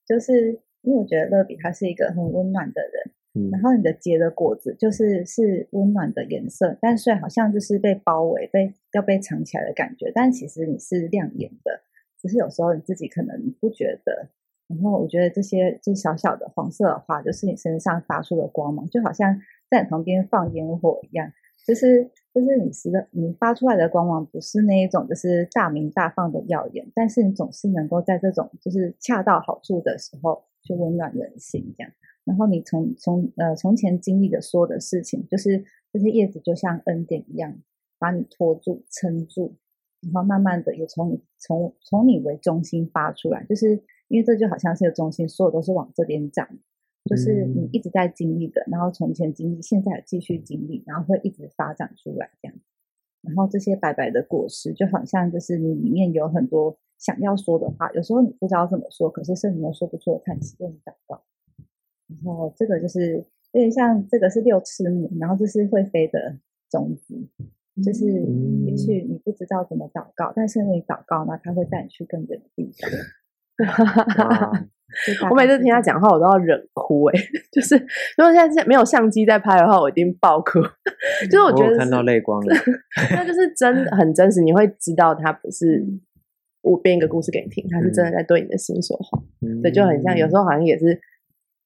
[SPEAKER 3] 就是因为我觉得乐比他是一个很温暖的人，
[SPEAKER 1] 嗯
[SPEAKER 3] 然后你的结的果子就是是温暖的颜色，但虽然好像就是被包围、被要被藏起来的感觉，但其实你是亮眼的，只是有时候你自己可能不觉得。然后我觉得这些这小小的黄色的花，就是你身上发出的光芒，就好像在你旁边放烟火一样，就是就是你时的你发出来的光芒，不是那一种就是大明大放的耀眼，但是你总是能够在这种就是恰到好处的时候去温暖人心这样。然后你从从呃从前经历的所有的事情，就是这些叶子就像恩典一样，把你托住、撑住，然后慢慢的也从你从从你为中心发出来，就是因为这就好像是个中心，所有都是往这边长，就是你
[SPEAKER 1] 嗯
[SPEAKER 3] 一直在经历的，然后从前经历，现在也继续经历，然后会一直发展出来这样。然后这些白白的果实，就好像就是你里面有很多想要说的话，有时候你不知道怎么说，可是圣灵又说不出的叹息，为你祷告。然后这个就是有点像这个是六翅木，然后这是会飞的种子，
[SPEAKER 1] 嗯
[SPEAKER 3] 就是
[SPEAKER 1] <laughs>
[SPEAKER 2] 嗯
[SPEAKER 3] 也许你不知道怎么祷告，但是因为你祷告呢，他会带你去更远的地方。
[SPEAKER 1] 哇
[SPEAKER 3] 就大
[SPEAKER 2] 我
[SPEAKER 3] 概
[SPEAKER 2] 每次
[SPEAKER 3] 是
[SPEAKER 2] 听
[SPEAKER 3] 这
[SPEAKER 2] 他
[SPEAKER 3] 样，
[SPEAKER 2] 讲话，我都要忍哭哎、 <laughs> 就是如果现在是没有相机在拍的话，我一定爆哭。 <laughs> 就是我
[SPEAKER 1] 我
[SPEAKER 2] 觉
[SPEAKER 1] 有
[SPEAKER 2] 得
[SPEAKER 1] 看到泪光了，
[SPEAKER 2] 是，那就是真的很真实，你会知道他不是
[SPEAKER 1] 嗯
[SPEAKER 2] 我编一个故事给你听，他是真的在对你的心说话。对，就很像有时
[SPEAKER 1] 候
[SPEAKER 2] 候好像也是，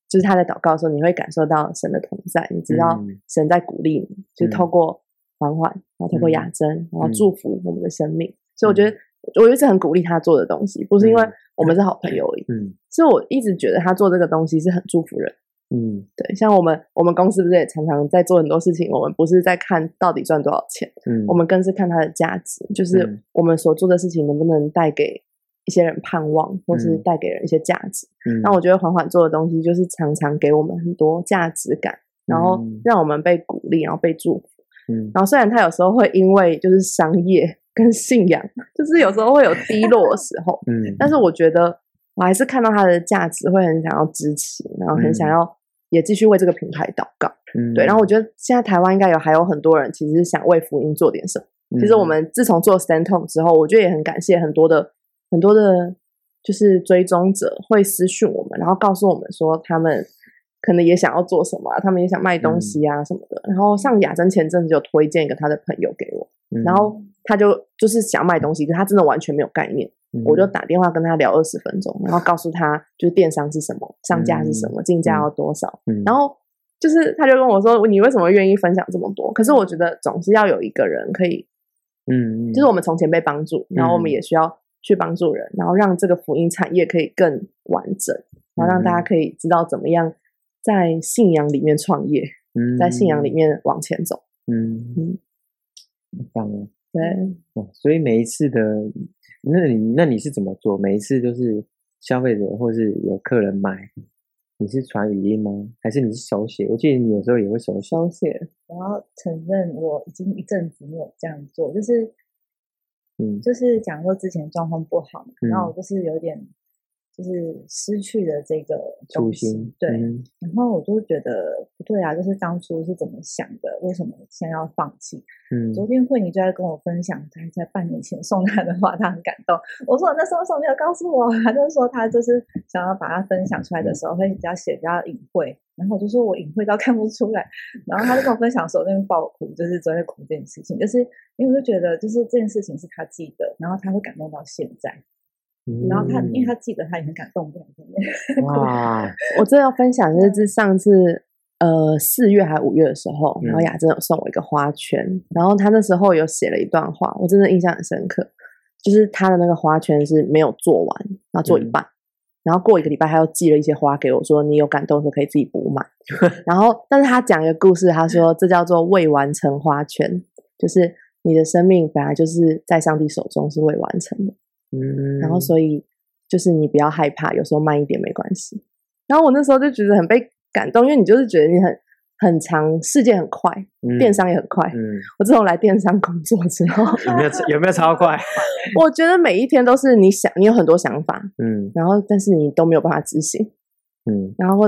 [SPEAKER 2] 就是他在祷告的时候，你会感受到神的同在，你知道
[SPEAKER 1] 嗯
[SPEAKER 2] 神在鼓励你，就是透过缓缓，然后透过雅真，然
[SPEAKER 1] 嗯
[SPEAKER 2] 后祝福我们的生命。所以我觉得，我一直很鼓励他做的东西，不是因为
[SPEAKER 1] 嗯
[SPEAKER 2] 我们是好朋友而已，
[SPEAKER 1] 嗯
[SPEAKER 2] 是我一直觉得他做这个东西是很祝福人。
[SPEAKER 1] 嗯
[SPEAKER 2] 对，像我们我们公司不是也常常在做很多事情，我们不是在看到底赚多少钱，
[SPEAKER 1] 嗯，
[SPEAKER 2] 我们更是看它的价值，就是
[SPEAKER 1] 嗯
[SPEAKER 2] 我们所做的事情能不能带给一些人盼望，或是
[SPEAKER 1] 嗯
[SPEAKER 2] 带给人一些价值。
[SPEAKER 1] 嗯
[SPEAKER 2] 那我觉得缓缓做的东西，就是常常给我们很多价值感，然后
[SPEAKER 1] 嗯
[SPEAKER 2] 让我们被鼓励，然后被祝福。
[SPEAKER 1] 嗯
[SPEAKER 2] 然后虽然它有时候会因为就是商业跟信仰，就是有时候会有低落的时候，
[SPEAKER 1] 嗯，
[SPEAKER 2] 但是我觉得我还是看到它的价值，会很想要支持，然后很想
[SPEAKER 1] 嗯
[SPEAKER 2] 要也继续为这个品牌祷告。对，然后我觉得现在台湾应该有还有很多人其实是想为福音做点什么。
[SPEAKER 1] 我
[SPEAKER 2] 其实我们自从做 Stand Home 之后，我觉得也很感谢很多的很多的，就是追踪者会私讯我们，然后告诉我们说他们可能也想要做什么、啊，他们也想卖东西啊什么的。然后像雅珍前阵子有推荐一个他的朋友给我，
[SPEAKER 1] 嗯
[SPEAKER 2] 然后他就就是想卖东西，可是他真的完全没有概念。
[SPEAKER 1] 嗯
[SPEAKER 2] 我就打电话跟他聊二十分钟，然后告诉他就是电商是什么，上架是什么，进价要多少，
[SPEAKER 1] 嗯
[SPEAKER 2] 然后就是他就跟我说，你为什么愿意分享这么多？可是我觉得总是要有一个人可以，
[SPEAKER 1] 嗯，
[SPEAKER 2] 就是我们从前被帮助，然后我们也需要去帮助人，然后让这个福音产业可以更完整，然后让大家可以知道怎么样在信仰里面创业，在信仰里面往前走。
[SPEAKER 1] 嗯，当然。
[SPEAKER 2] 对，
[SPEAKER 3] 嗯
[SPEAKER 1] 哦，所以每一次的，那你那你是怎么做？每一次都是消费者或是有客人买，你是传语音吗？还是你是手写？我记得你有时候也会手写。
[SPEAKER 2] 手写，
[SPEAKER 3] 我要承认我已经一阵子没有这样做，就是
[SPEAKER 1] 嗯
[SPEAKER 3] 就是讲说之前状况不好嘛，
[SPEAKER 1] 嗯
[SPEAKER 3] 然后我就是有点就是失去了这个
[SPEAKER 1] 初
[SPEAKER 3] 东西
[SPEAKER 1] 心
[SPEAKER 3] 对，
[SPEAKER 1] 嗯
[SPEAKER 3] 然后我就觉得不对啊，就是当初是怎么想的，为什么现在要放弃？
[SPEAKER 1] 嗯
[SPEAKER 3] 昨天慧妮就在跟我分享，她在半年前送她的话，她很感动。 <laughs> 我说那时候为什么没有告诉我啊？ <laughs> 她就说她就是想要把它分享出来的时候会比较写比较隐晦，然后我就说我隐晦到看不出来， <laughs> 然后她就跟我分享说那边爆哭，就是昨天哭这件事情，就是因为我就觉得就是这件事情是她记得，然后她会感动到现在，
[SPEAKER 1] 嗯
[SPEAKER 3] 然后她
[SPEAKER 5] 嗯
[SPEAKER 3] 因为她记得她也很感动，不然怎么样
[SPEAKER 1] 哇，
[SPEAKER 2] 我真的要分享的
[SPEAKER 1] 嗯
[SPEAKER 2] 就是上次呃四月还五月的时候，然后
[SPEAKER 1] 嗯
[SPEAKER 2] 雅珍有送我一个花圈，然后她那时候有写了一段话，我真的印象很深刻，就是她的那个花圈是没有做完，然后做一
[SPEAKER 1] 嗯
[SPEAKER 2] 半。然后过一个礼拜，她又寄了一些花给我，说你有感动的时候可以自己补
[SPEAKER 1] <laughs>
[SPEAKER 2] 满。然后，但是她讲一个故事，她说这叫做未完成花圈，就是你的生命本来就是在上帝手中是未完成的。 <laughs>
[SPEAKER 1] 嗯，
[SPEAKER 2] 然后所以就是你不要害怕，有时候慢一点没关系。然后我那时候就觉得很被感动，因为你就是觉得你很很长，世界很快，
[SPEAKER 1] 嗯
[SPEAKER 2] 电商也很快。
[SPEAKER 1] 嗯，
[SPEAKER 2] 我自从来电商工作
[SPEAKER 1] <laughs>
[SPEAKER 2] 之后，
[SPEAKER 1] 有没有有没有超快？
[SPEAKER 2] 我觉得每一天都是你想，你有很多想法，
[SPEAKER 1] 嗯
[SPEAKER 2] 然后但是你都没有办法执行，
[SPEAKER 1] 嗯
[SPEAKER 2] 然后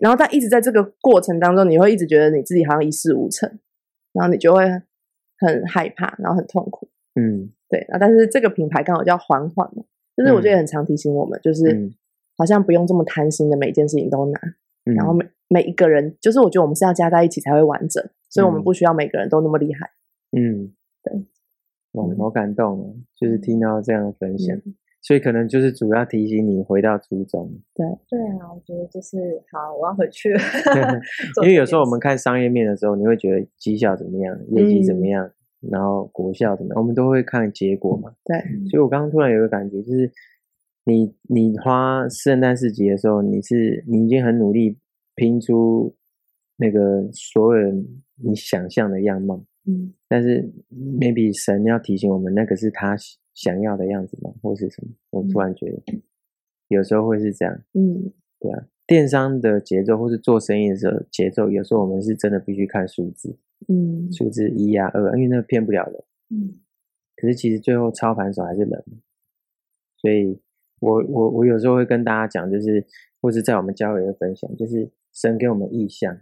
[SPEAKER 2] 然后但一直在这个过程当中，你会一直觉得你自己好像一事无成，然后你就会很害怕，然后很痛苦。
[SPEAKER 1] 嗯
[SPEAKER 2] 对，啊那但是这个品牌刚好叫缓缓嘛，就是我觉得很常提醒我们，就是
[SPEAKER 1] 嗯，
[SPEAKER 2] 好像不用这么贪心的每一件事情都拿，
[SPEAKER 1] 嗯
[SPEAKER 2] 然后每每一个人，就是我觉得我们是要加在一起才会完整，所以我们
[SPEAKER 1] 嗯
[SPEAKER 2] 不需要每个人都那么厉害。
[SPEAKER 1] 嗯，
[SPEAKER 2] 对，
[SPEAKER 1] 哇
[SPEAKER 2] 嗯，
[SPEAKER 1] 好感动哦，就是听到这样的分享，所以可能就是主要提醒你回到初衷，。
[SPEAKER 5] 对啊，我觉得就是好，我要回 <laughs>
[SPEAKER 3] <laughs>
[SPEAKER 5] 去
[SPEAKER 1] 因为有时候我们看商业面的时候，你会觉得绩效怎么样，业绩
[SPEAKER 2] 嗯
[SPEAKER 1] 怎么样，然后国效怎么样，我们都会看结果嘛。
[SPEAKER 2] 对，
[SPEAKER 1] 所以我刚刚突然有个感觉，就是你你花圣诞市集的时候，你是你已经很努力拼出那个所有人你想象的样貌，
[SPEAKER 2] 嗯，
[SPEAKER 1] 但是 maybe 神要提醒我们，那个是他想想要的样子吗？或是什么？我突然觉得有时候会是这样。
[SPEAKER 2] 嗯，
[SPEAKER 1] 对啊，电商的节奏或是做生意的时候节奏，有时候我们是真的必须看数字，
[SPEAKER 2] 嗯，
[SPEAKER 1] 数字一啊二啊，因为那个骗不了人。
[SPEAKER 5] 嗯，
[SPEAKER 1] 可是其实最后操盘手还是人，所以我我我有时候会跟大家讲，就是或是在我们交流的分享，就是神给我们意向，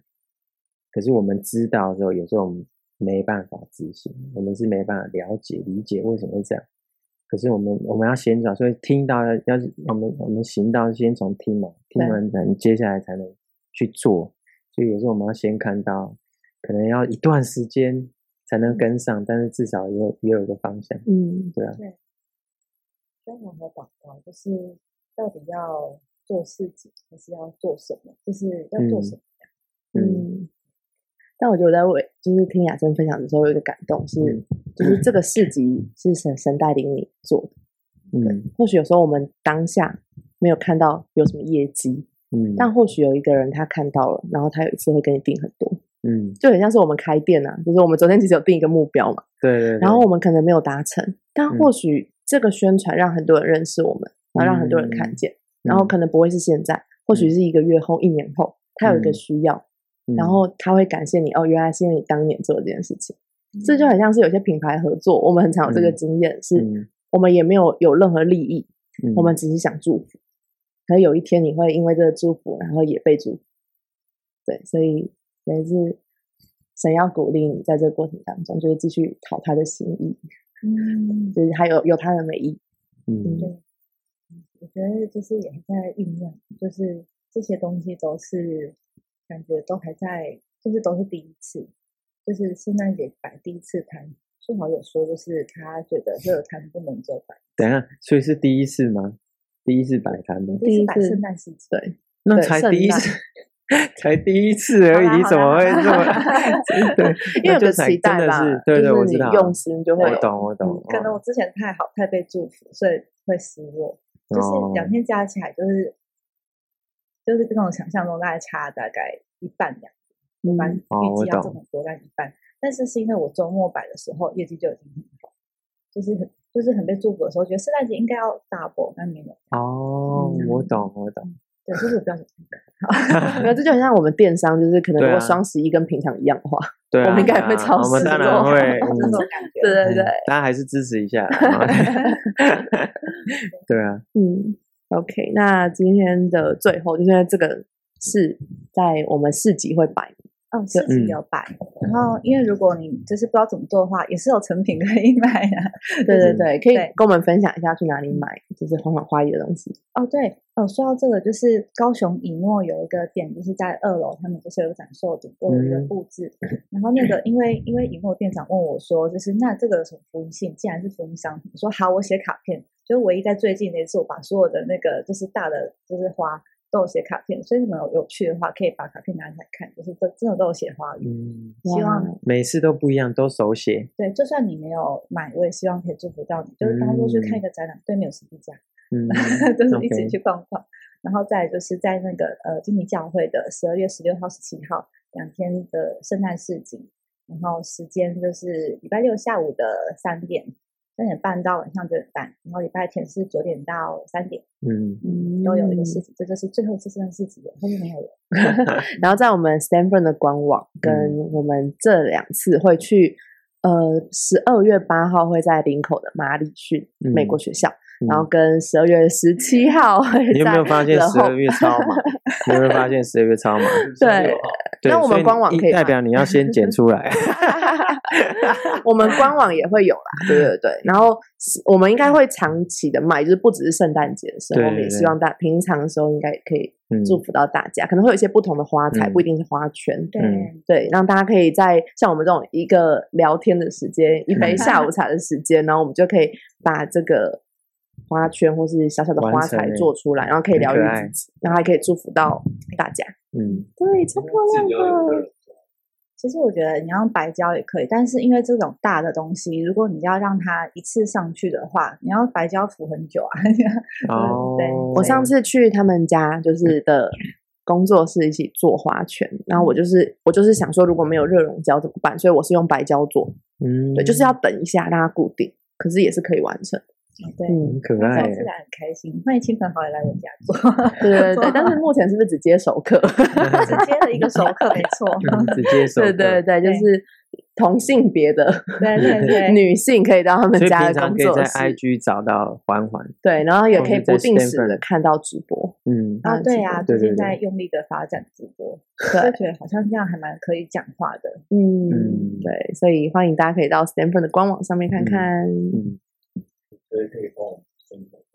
[SPEAKER 1] 可是我们知道的时候，有时候我们没办法执行，我们是没办法了解理解为什么会这样。可是我们我们要先找，所以听到要要我们我们行道先从听嘛，听
[SPEAKER 2] 对
[SPEAKER 1] 完能接下来才能去做。所以有时候我们要先看到，可能要一段时间才能跟上，但是至少也有也有一个方向。
[SPEAKER 2] 嗯，
[SPEAKER 1] 对啊，
[SPEAKER 3] 跟我和祷告，就是到底要做事情，还是要做什么？就是要做什么？
[SPEAKER 1] 嗯
[SPEAKER 2] 嗯，但我觉得我在为就是听雅珍分享的时候，有一个感动是，
[SPEAKER 1] 嗯
[SPEAKER 2] 就是这个市集是神神带领你做的。
[SPEAKER 1] 嗯
[SPEAKER 2] 或许有时候我们当下没有看到有什么业绩，
[SPEAKER 1] 嗯，
[SPEAKER 2] 但或许有一个人他看到了，然后他有一次会跟你定很多，
[SPEAKER 1] 嗯
[SPEAKER 2] 就很像是我们开店啊，就是我们昨天其实有定一个目标嘛，
[SPEAKER 1] 对对对，
[SPEAKER 2] 然后我们可能没有达成，但
[SPEAKER 1] 嗯
[SPEAKER 2] 或许这个宣传让很多人认识我们，然后让很多人
[SPEAKER 1] 嗯
[SPEAKER 2] 看见，然后可能不会是现在，或许是一个月后、一年后，他有一个
[SPEAKER 1] 嗯
[SPEAKER 2] 需要，
[SPEAKER 1] 嗯
[SPEAKER 2] 然后他会感谢你哦，原来是因为你当年做了这件事情。嗯这就很像是有些品牌合作，我们很常有这个
[SPEAKER 1] 嗯
[SPEAKER 2] 经验，是
[SPEAKER 1] 嗯
[SPEAKER 2] 我们也没有有任何利益，
[SPEAKER 1] 嗯
[SPEAKER 2] 我们只是想祝福。可是有一天你会因为这个祝福，然后也被祝福。对，所以也是神要鼓励你在这个过程当中，就是继续讨他的心意，
[SPEAKER 3] 嗯，
[SPEAKER 2] 就是还有有他的美意。
[SPEAKER 1] 嗯
[SPEAKER 3] 对。我觉得就是也还在酝酿，就是这些东西都是感觉都还在，就是都是第一次，就是圣诞节摆第一次摊。树豪有说，就是他觉得热摊不能只有摆，
[SPEAKER 1] 等一下，所以是第一次吗？第一次摆摊吗？
[SPEAKER 2] 第一
[SPEAKER 3] 次摆
[SPEAKER 2] 次
[SPEAKER 3] 圣诞市集，
[SPEAKER 2] 对，
[SPEAKER 1] 那
[SPEAKER 2] 对
[SPEAKER 1] 才
[SPEAKER 2] 圣
[SPEAKER 1] 第一
[SPEAKER 2] 诞
[SPEAKER 1] 次，才第一次而
[SPEAKER 5] 好啦
[SPEAKER 1] 已，怎么
[SPEAKER 5] 好
[SPEAKER 1] 会
[SPEAKER 5] 啦
[SPEAKER 1] 这么？真的
[SPEAKER 2] <laughs> 因
[SPEAKER 1] 那
[SPEAKER 2] 为有个
[SPEAKER 1] 就才
[SPEAKER 2] 期待
[SPEAKER 1] 真的
[SPEAKER 2] 吧
[SPEAKER 1] 是，对对，
[SPEAKER 2] 就
[SPEAKER 1] 我知
[SPEAKER 2] 是你
[SPEAKER 1] 道，
[SPEAKER 2] 用心就会嗯
[SPEAKER 1] 我
[SPEAKER 2] 有。
[SPEAKER 1] 懂，哦我懂，
[SPEAKER 3] 可能我之前太好太被祝福，所以会失落。就是
[SPEAKER 1] 哦
[SPEAKER 3] 两天加起来，就是就是跟我想象中大概差大概一半两
[SPEAKER 2] 嗯
[SPEAKER 3] 半，
[SPEAKER 1] 哦
[SPEAKER 3] 预
[SPEAKER 1] 我
[SPEAKER 3] 计要
[SPEAKER 1] 懂
[SPEAKER 3] 这么多，但一半。但是是因为我周末摆的时候业绩就已经很好，就是很就是很被祝福的时候，觉得圣诞节应该要 double，但没有。
[SPEAKER 1] 哦，
[SPEAKER 2] 嗯
[SPEAKER 1] 我懂，我懂，
[SPEAKER 3] 对，就是我不要想太多
[SPEAKER 2] 没有，这就很像我们电商，就是可能
[SPEAKER 1] 对
[SPEAKER 2] 如果
[SPEAKER 1] 啊
[SPEAKER 2] 双十一跟平常一样的话，
[SPEAKER 1] 对啊，
[SPEAKER 2] 我们应该
[SPEAKER 1] 对啊
[SPEAKER 2] 会超
[SPEAKER 1] 我们
[SPEAKER 2] 时
[SPEAKER 1] 当
[SPEAKER 2] 落
[SPEAKER 1] 然会，
[SPEAKER 2] <laughs>
[SPEAKER 3] 就是 <laughs> 这
[SPEAKER 1] 嗯
[SPEAKER 3] 种感觉。
[SPEAKER 2] 对对对，
[SPEAKER 1] 嗯大家还是支持一下啦， <laughs> 对啊，
[SPEAKER 2] 嗯，OK，那今天的最后就是因为这个是在我们市集会摆，
[SPEAKER 3] 哦，自己
[SPEAKER 1] 嗯
[SPEAKER 3] 有摆。然后，因为如果你就是不知道怎么做的话，也是有成品可以 <laughs> 买的、
[SPEAKER 2] 对对对，可以
[SPEAKER 3] 对
[SPEAKER 2] 跟我们分享一下去哪里买，就是黄花花艺的东西。
[SPEAKER 3] 哦，对，哦，说到这个，就是高雄以诺有一个店，就是在二楼，他们就是有展售的，都有一个
[SPEAKER 1] 嗯
[SPEAKER 3] 布置。然后那个，因为因为以诺店长问我说，就是那这个有什么福音性？既然是福音商品，我说好，我写卡片。就唯一在最近那次，我把所有的那个就是大的就是花都有写卡片，所以你们有有趣的话，可以把卡片拿起来看，就是这真的都有写花语。
[SPEAKER 1] 嗯，
[SPEAKER 3] 希望
[SPEAKER 2] 哇
[SPEAKER 1] 每次都不一样，都手写，
[SPEAKER 3] 对，就算你没有买，我也希望可以祝福到你。就是当初去看一个展览，对面有十字架，
[SPEAKER 1] 嗯
[SPEAKER 3] <laughs> 就是一起
[SPEAKER 1] OK
[SPEAKER 3] 去逛逛。然后再就是在那个呃基尼教会的十二月十六号、十七号两天呃的圣诞市集，然后时间就是礼拜六下午的三点，三点半到晚上九点半，然后礼拜天是九点到三点，
[SPEAKER 2] <laughs>
[SPEAKER 1] 嗯，
[SPEAKER 2] 嗯
[SPEAKER 3] 都有一个事情，这就是最后一次这件事情了，后面没有了。
[SPEAKER 2] 然后在我们 Stanford 的官网，
[SPEAKER 1] 嗯
[SPEAKER 2] 跟我们这两次会去，呃，十二月八号会在林口的马里逊
[SPEAKER 1] 嗯
[SPEAKER 2] 美国学校，
[SPEAKER 1] 嗯
[SPEAKER 2] 然后跟十二月十七号会在
[SPEAKER 1] 你有没有发现
[SPEAKER 2] 然
[SPEAKER 1] 十
[SPEAKER 2] 后
[SPEAKER 1] 二月超忙？你有没有发现十二月超忙？
[SPEAKER 2] <laughs> 对，
[SPEAKER 1] 对，
[SPEAKER 2] 那我们
[SPEAKER 1] 所以
[SPEAKER 2] 官网
[SPEAKER 1] 你
[SPEAKER 2] 可以
[SPEAKER 1] 代
[SPEAKER 2] 放
[SPEAKER 1] 表你要先剪出来。 <laughs>
[SPEAKER 2] 我们官网也会
[SPEAKER 1] <laughs>
[SPEAKER 2] 有啦，对对对。然后是我们应该会长期的卖，就是不只是圣诞节的时候，
[SPEAKER 1] 对
[SPEAKER 2] 我们也
[SPEAKER 1] 对
[SPEAKER 2] 希望大平常的时候应该也可以
[SPEAKER 1] 嗯
[SPEAKER 2] 祝福到大家，可能会有一些不同的花材，
[SPEAKER 1] 嗯
[SPEAKER 2] 不一定是花圈。
[SPEAKER 3] 对，
[SPEAKER 1] 嗯
[SPEAKER 2] 对，让大家可以在像我们这种一个聊天的时间，一
[SPEAKER 1] 嗯
[SPEAKER 2] 杯下午茶的时间，然后我们就可以把这个花圈或是小小的
[SPEAKER 1] 完
[SPEAKER 2] 花
[SPEAKER 1] 成
[SPEAKER 2] 材
[SPEAKER 1] 了
[SPEAKER 2] 做出来，然后可以
[SPEAKER 1] 很
[SPEAKER 2] 疗
[SPEAKER 1] 可
[SPEAKER 2] 愈
[SPEAKER 1] 爱
[SPEAKER 2] 自己，然后还可以祝福到大家。
[SPEAKER 1] 嗯，
[SPEAKER 2] 对，超漂亮的。
[SPEAKER 3] 其实我觉得你要用白胶也可以，但是因为这种大的东西，如果你要让它一次上去的话，你要白胶浮很久啊。 <laughs>
[SPEAKER 1] 哦
[SPEAKER 3] 对，
[SPEAKER 2] 我上次去他们家就是的工作室一起做花圈，然后我就是我就是想说，如果没有热熔胶怎么办？所以我是用白胶做，
[SPEAKER 1] 嗯，
[SPEAKER 2] 对，就是要等一下让它固定，可是也是可以完成。
[SPEAKER 3] 对，
[SPEAKER 2] 嗯，
[SPEAKER 1] 很可
[SPEAKER 3] 那
[SPEAKER 1] 爱
[SPEAKER 3] 上次
[SPEAKER 1] 耶。
[SPEAKER 3] 来很开心，欢迎亲朋好友来我家做，
[SPEAKER 2] 对对 <laughs> 对，但是目前是不是只接手课？
[SPEAKER 3] 只接了一个手 <laughs> 课，没错。
[SPEAKER 1] <laughs> 嗯直
[SPEAKER 2] <laughs>
[SPEAKER 1] 接手
[SPEAKER 2] 对对
[SPEAKER 1] 刻，
[SPEAKER 2] 对，就是同性别的
[SPEAKER 3] 对对对，
[SPEAKER 2] 女性可以到他们
[SPEAKER 1] 所以
[SPEAKER 2] 家
[SPEAKER 1] 平
[SPEAKER 2] 的
[SPEAKER 1] 常
[SPEAKER 2] 工
[SPEAKER 1] 可以在
[SPEAKER 2] 作室，
[SPEAKER 1] IG 找到环环。
[SPEAKER 2] 对，然后也
[SPEAKER 1] 或
[SPEAKER 2] 可以
[SPEAKER 1] 是在
[SPEAKER 2] 不定时
[SPEAKER 1] Stanford
[SPEAKER 2] 的看到直播。
[SPEAKER 1] 嗯，
[SPEAKER 3] 啊，对啊，
[SPEAKER 1] 对对
[SPEAKER 3] 最
[SPEAKER 1] 对
[SPEAKER 3] 近在用力的发展直播，
[SPEAKER 2] 对
[SPEAKER 3] 就觉得好像这样还蛮可以讲话的。
[SPEAKER 2] 嗯
[SPEAKER 1] 嗯，
[SPEAKER 2] 对，所以欢迎大家可以到 Stanford 的官网上面看
[SPEAKER 1] 嗯
[SPEAKER 2] 看。
[SPEAKER 1] 嗯，
[SPEAKER 6] 所以可以帮我们生活的这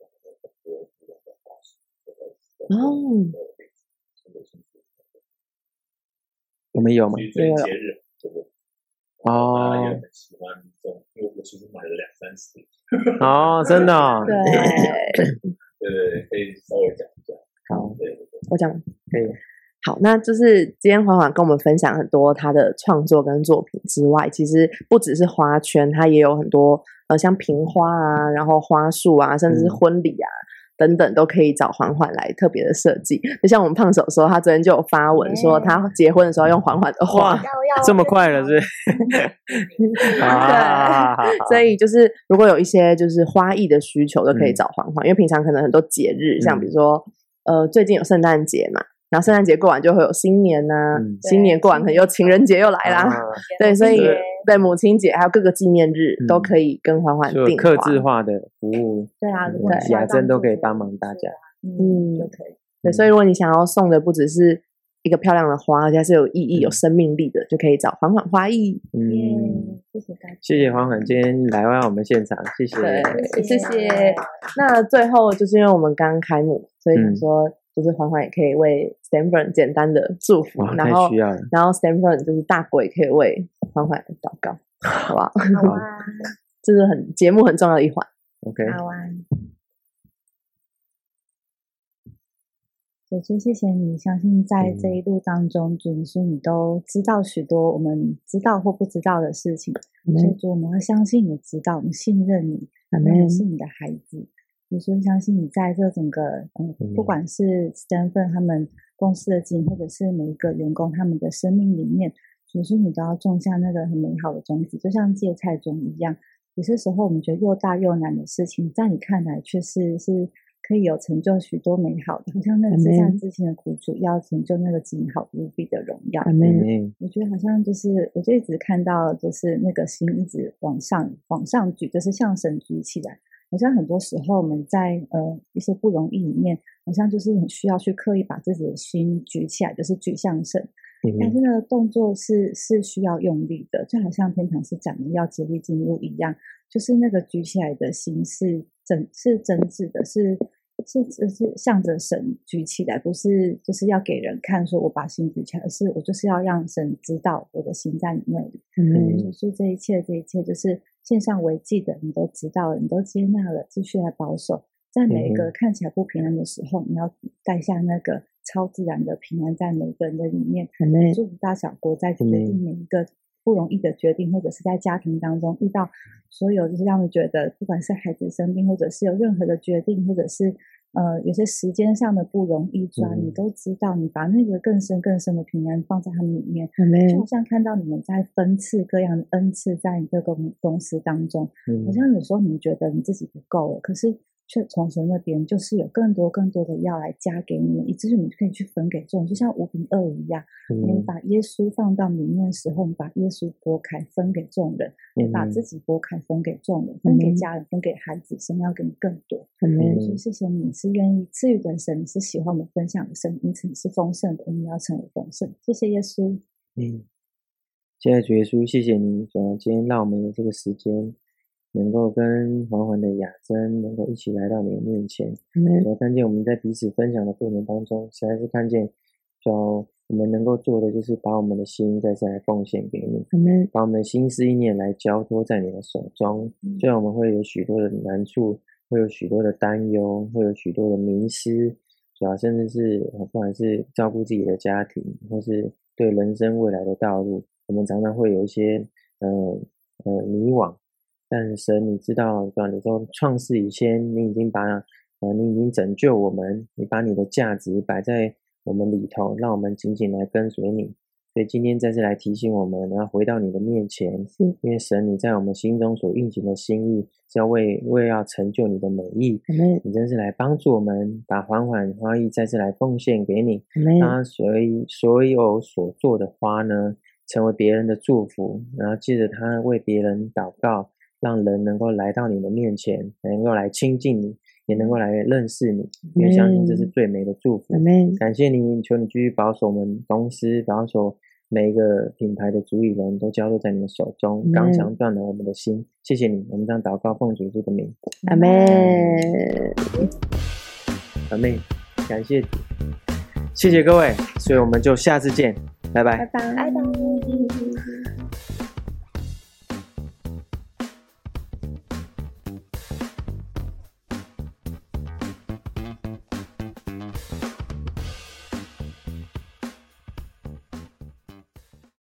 [SPEAKER 6] 种很多不同的方式，这个
[SPEAKER 2] 哦，
[SPEAKER 6] 这个幸福，
[SPEAKER 1] 我们有吗
[SPEAKER 6] 所？以这节日这个大家也
[SPEAKER 1] 哦
[SPEAKER 6] 很喜欢这种，因为我其实买了两三次，
[SPEAKER 1] 哦，真的哦，
[SPEAKER 2] <laughs> 对，
[SPEAKER 6] 对对对，可以稍微讲一下，
[SPEAKER 1] 好，
[SPEAKER 6] 对对对，
[SPEAKER 2] 我讲完
[SPEAKER 1] 可以。
[SPEAKER 2] 好，那就是今天缓缓跟我们分享很多他的创作跟作品之外，其实不只是花圈，他也有很多呃像瓶花啊，然后花束啊，甚至是
[SPEAKER 1] 嗯
[SPEAKER 2] 婚礼啊。等等都可以找缓缓来特别的设计，就像我们胖手说，他昨天就有发文说
[SPEAKER 3] 对
[SPEAKER 2] 他结婚的时候用缓缓的花，
[SPEAKER 1] 哇
[SPEAKER 3] <laughs> 要要
[SPEAKER 1] 这么快了是 <laughs> 不是？啊，
[SPEAKER 2] 所以就是如果有一些就是花艺的需求，都可以
[SPEAKER 1] 嗯
[SPEAKER 2] 找环环，因为平常可能很多节日，像比
[SPEAKER 1] 嗯
[SPEAKER 2] 如说呃最近有圣诞节嘛，然后圣诞节过完就会有新年啊呐、
[SPEAKER 1] 嗯
[SPEAKER 2] 新年
[SPEAKER 3] 对
[SPEAKER 2] 过完
[SPEAKER 3] 新
[SPEAKER 2] 可能
[SPEAKER 3] 年
[SPEAKER 2] 又情人节又 <laughs> 来
[SPEAKER 1] 啊
[SPEAKER 2] 啦，对，所以
[SPEAKER 1] 对
[SPEAKER 2] <laughs> 对母亲节还有各个纪念日、都
[SPEAKER 1] 嗯
[SPEAKER 2] 可以跟环环
[SPEAKER 1] 就
[SPEAKER 2] 订
[SPEAKER 1] 有克制
[SPEAKER 2] 花。
[SPEAKER 1] 化的服务，
[SPEAKER 3] 对啊，如果
[SPEAKER 2] 对
[SPEAKER 3] 你
[SPEAKER 1] 雅
[SPEAKER 3] 要
[SPEAKER 1] 珍
[SPEAKER 3] 帮
[SPEAKER 1] 都
[SPEAKER 3] 助
[SPEAKER 1] 可以
[SPEAKER 3] 别
[SPEAKER 1] 帮
[SPEAKER 3] 人
[SPEAKER 1] 忙大
[SPEAKER 3] 是
[SPEAKER 1] 家
[SPEAKER 3] 啊，嗯，
[SPEAKER 2] 嗯
[SPEAKER 3] 就可以。
[SPEAKER 2] 对，所以如果你想要送的不只是一个漂亮的花，而且是有意义、有
[SPEAKER 1] 嗯
[SPEAKER 2] 生命力的，就可以找环环花艺。
[SPEAKER 1] 嗯，
[SPEAKER 3] 耶，谢谢大家，
[SPEAKER 1] 谢谢黄涵今天来到我们现场，谢谢。
[SPEAKER 2] 对
[SPEAKER 3] 谢
[SPEAKER 2] 谢谢
[SPEAKER 3] 谢。
[SPEAKER 2] 那最后就是因为我们刚开幕，所以想
[SPEAKER 1] 嗯
[SPEAKER 2] 说，就是环环也可以为 Stanford 简单的祝福，
[SPEAKER 1] 哇，
[SPEAKER 2] 然
[SPEAKER 1] 太
[SPEAKER 2] 后
[SPEAKER 1] 需要了，
[SPEAKER 2] 然后 Stanford 就是大鬼可以为缓缓祷告，好不好？ <laughs>
[SPEAKER 3] 好啊，
[SPEAKER 2] 这是很节目很重要的一环。
[SPEAKER 1] OK，
[SPEAKER 3] 好啊。也就谢谢你，相信在这
[SPEAKER 1] 嗯
[SPEAKER 3] 一路当中，主耶稣，你都知道许多我们知道或不知道的事情。所以主，我们要相信你知道，我们信任你，
[SPEAKER 2] 阿
[SPEAKER 3] 那
[SPEAKER 2] 门
[SPEAKER 3] 也是你的孩子。你说相信你在这整个，嗯，不
[SPEAKER 1] 嗯
[SPEAKER 3] 管是 Stanford 他们公司的经营，或者是每一个员工他们的生命里面，主说你都要种下那个很美好的种子，就像芥菜种一样。有些时候我们觉得又大又难的事情，在你看来却是是可以有成就许多美好的，好像那个之下
[SPEAKER 2] Amen
[SPEAKER 3] 之前的苦主要成就那个极好无比的荣耀。
[SPEAKER 2] 阿门，
[SPEAKER 1] 嗯，
[SPEAKER 3] 我觉得好像就是，我就一直看到，就是那个心一直往上往上举，就是向神举起来。好像很多时候我们在呃一些不容易里面，好像就是很需要去刻意把自己的心举起来，就是举向神。但
[SPEAKER 1] 嗯
[SPEAKER 3] 是那个动作是是需要用力的，就好像天堂是讲的要竭力进入一样，就是那个举起来的心是真是真挚的，是是是是向着神举起来，不是就是要给人看说我把心举起来，而是我就是要让神知道我的心在你那里。
[SPEAKER 1] 嗯
[SPEAKER 3] 就是这一切，这一切就是献上为祭的，你都知道了，你都接纳了，继续来保守。在每一
[SPEAKER 1] 嗯
[SPEAKER 3] 个看起来不平安的时候，你要带下那个超自然的平安在每一个人的里面。
[SPEAKER 2] 阿门，
[SPEAKER 3] 祝福大小国在决
[SPEAKER 1] 嗯
[SPEAKER 3] 定每一个不容易的决定，或者是在家庭当中遇到所有就是让人觉得，不管是孩子生病，或者是有任何的决定，或者是呃有些时间上的不容易钻，
[SPEAKER 1] 嗯
[SPEAKER 3] 你都知道，你把那个更深更深的平安放在他们里面，
[SPEAKER 2] 很累
[SPEAKER 3] 就好像看到你们在分次各样的恩赐在你这个公公司当中，好
[SPEAKER 1] 嗯
[SPEAKER 3] 像有时候你觉得你自己不够了，可是却从神那边就是有更多更多的药来加给你们，以至于你可以去分给众，就像五饼二鱼一样。你
[SPEAKER 1] 嗯
[SPEAKER 3] 把耶稣放到里面的时候，你把耶稣拨开分给众人，你把
[SPEAKER 1] 嗯
[SPEAKER 3] 自己拨开分给众人，分给
[SPEAKER 2] 嗯
[SPEAKER 3] 家人，分给孩子，神要给你更多。
[SPEAKER 2] 很累。
[SPEAKER 3] 所以谢谢你是愿意赐予的神，你是喜欢我们分享的神，因此你是丰盛的，我们要成为丰盛。谢谢耶稣。
[SPEAKER 1] 嗯，现在主耶稣，谢谢你，主啊，今天让我们有这个时间，能够跟缓缓的雅珍能够一起来到你的面前。
[SPEAKER 2] 嗯
[SPEAKER 1] 主要啊看见我们在彼此分享的过程当中，实在是看见，主要我们能够做的就是把我们的心再次来奉献给你，
[SPEAKER 2] 很累，
[SPEAKER 1] 把我们的心思意念来交托在你的手中。虽然我们会有许多的难处，会有许多的担忧，会有许多的迷失，主要甚至是呃不管是照顾自己的家庭，或是对人生未来的道路，我们常常会有一些呃呃迷惘。但是神，你知道，对吧？你从创世以前，你已经把呃，你已经拯救我们，你把你的价值摆在我们里头，让我们紧紧来跟随你。所以今天再次来提醒我们，然后回到你的面前，
[SPEAKER 2] 是
[SPEAKER 1] 因为神你在我们心中所运行的心意，是要为为要成就你的美意。
[SPEAKER 2] 很累，
[SPEAKER 1] 你真是来帮助我们，把缓缓花艺再次来奉献给你。
[SPEAKER 2] 很累，
[SPEAKER 1] 他所以所有所做的花呢，成为别人的祝福，然后借着他为别人祷告，让人能够来到你的面前，能够来亲近你，也能够来认识你，因为相信这是最美的祝福。
[SPEAKER 2] 很累，
[SPEAKER 1] 感谢你，求你继续保守我们公司，保守每一个品牌的主理人都交托在你的手中，
[SPEAKER 2] Amen
[SPEAKER 1] 刚强断了我们的心。谢谢你，我们这样祷告，奉主耶稣的名，
[SPEAKER 2] 阿妹，
[SPEAKER 1] 阿妹，感谢主，谢谢各位，所以我们就下次见，拜拜
[SPEAKER 7] 拜拜。
[SPEAKER 3] 拜拜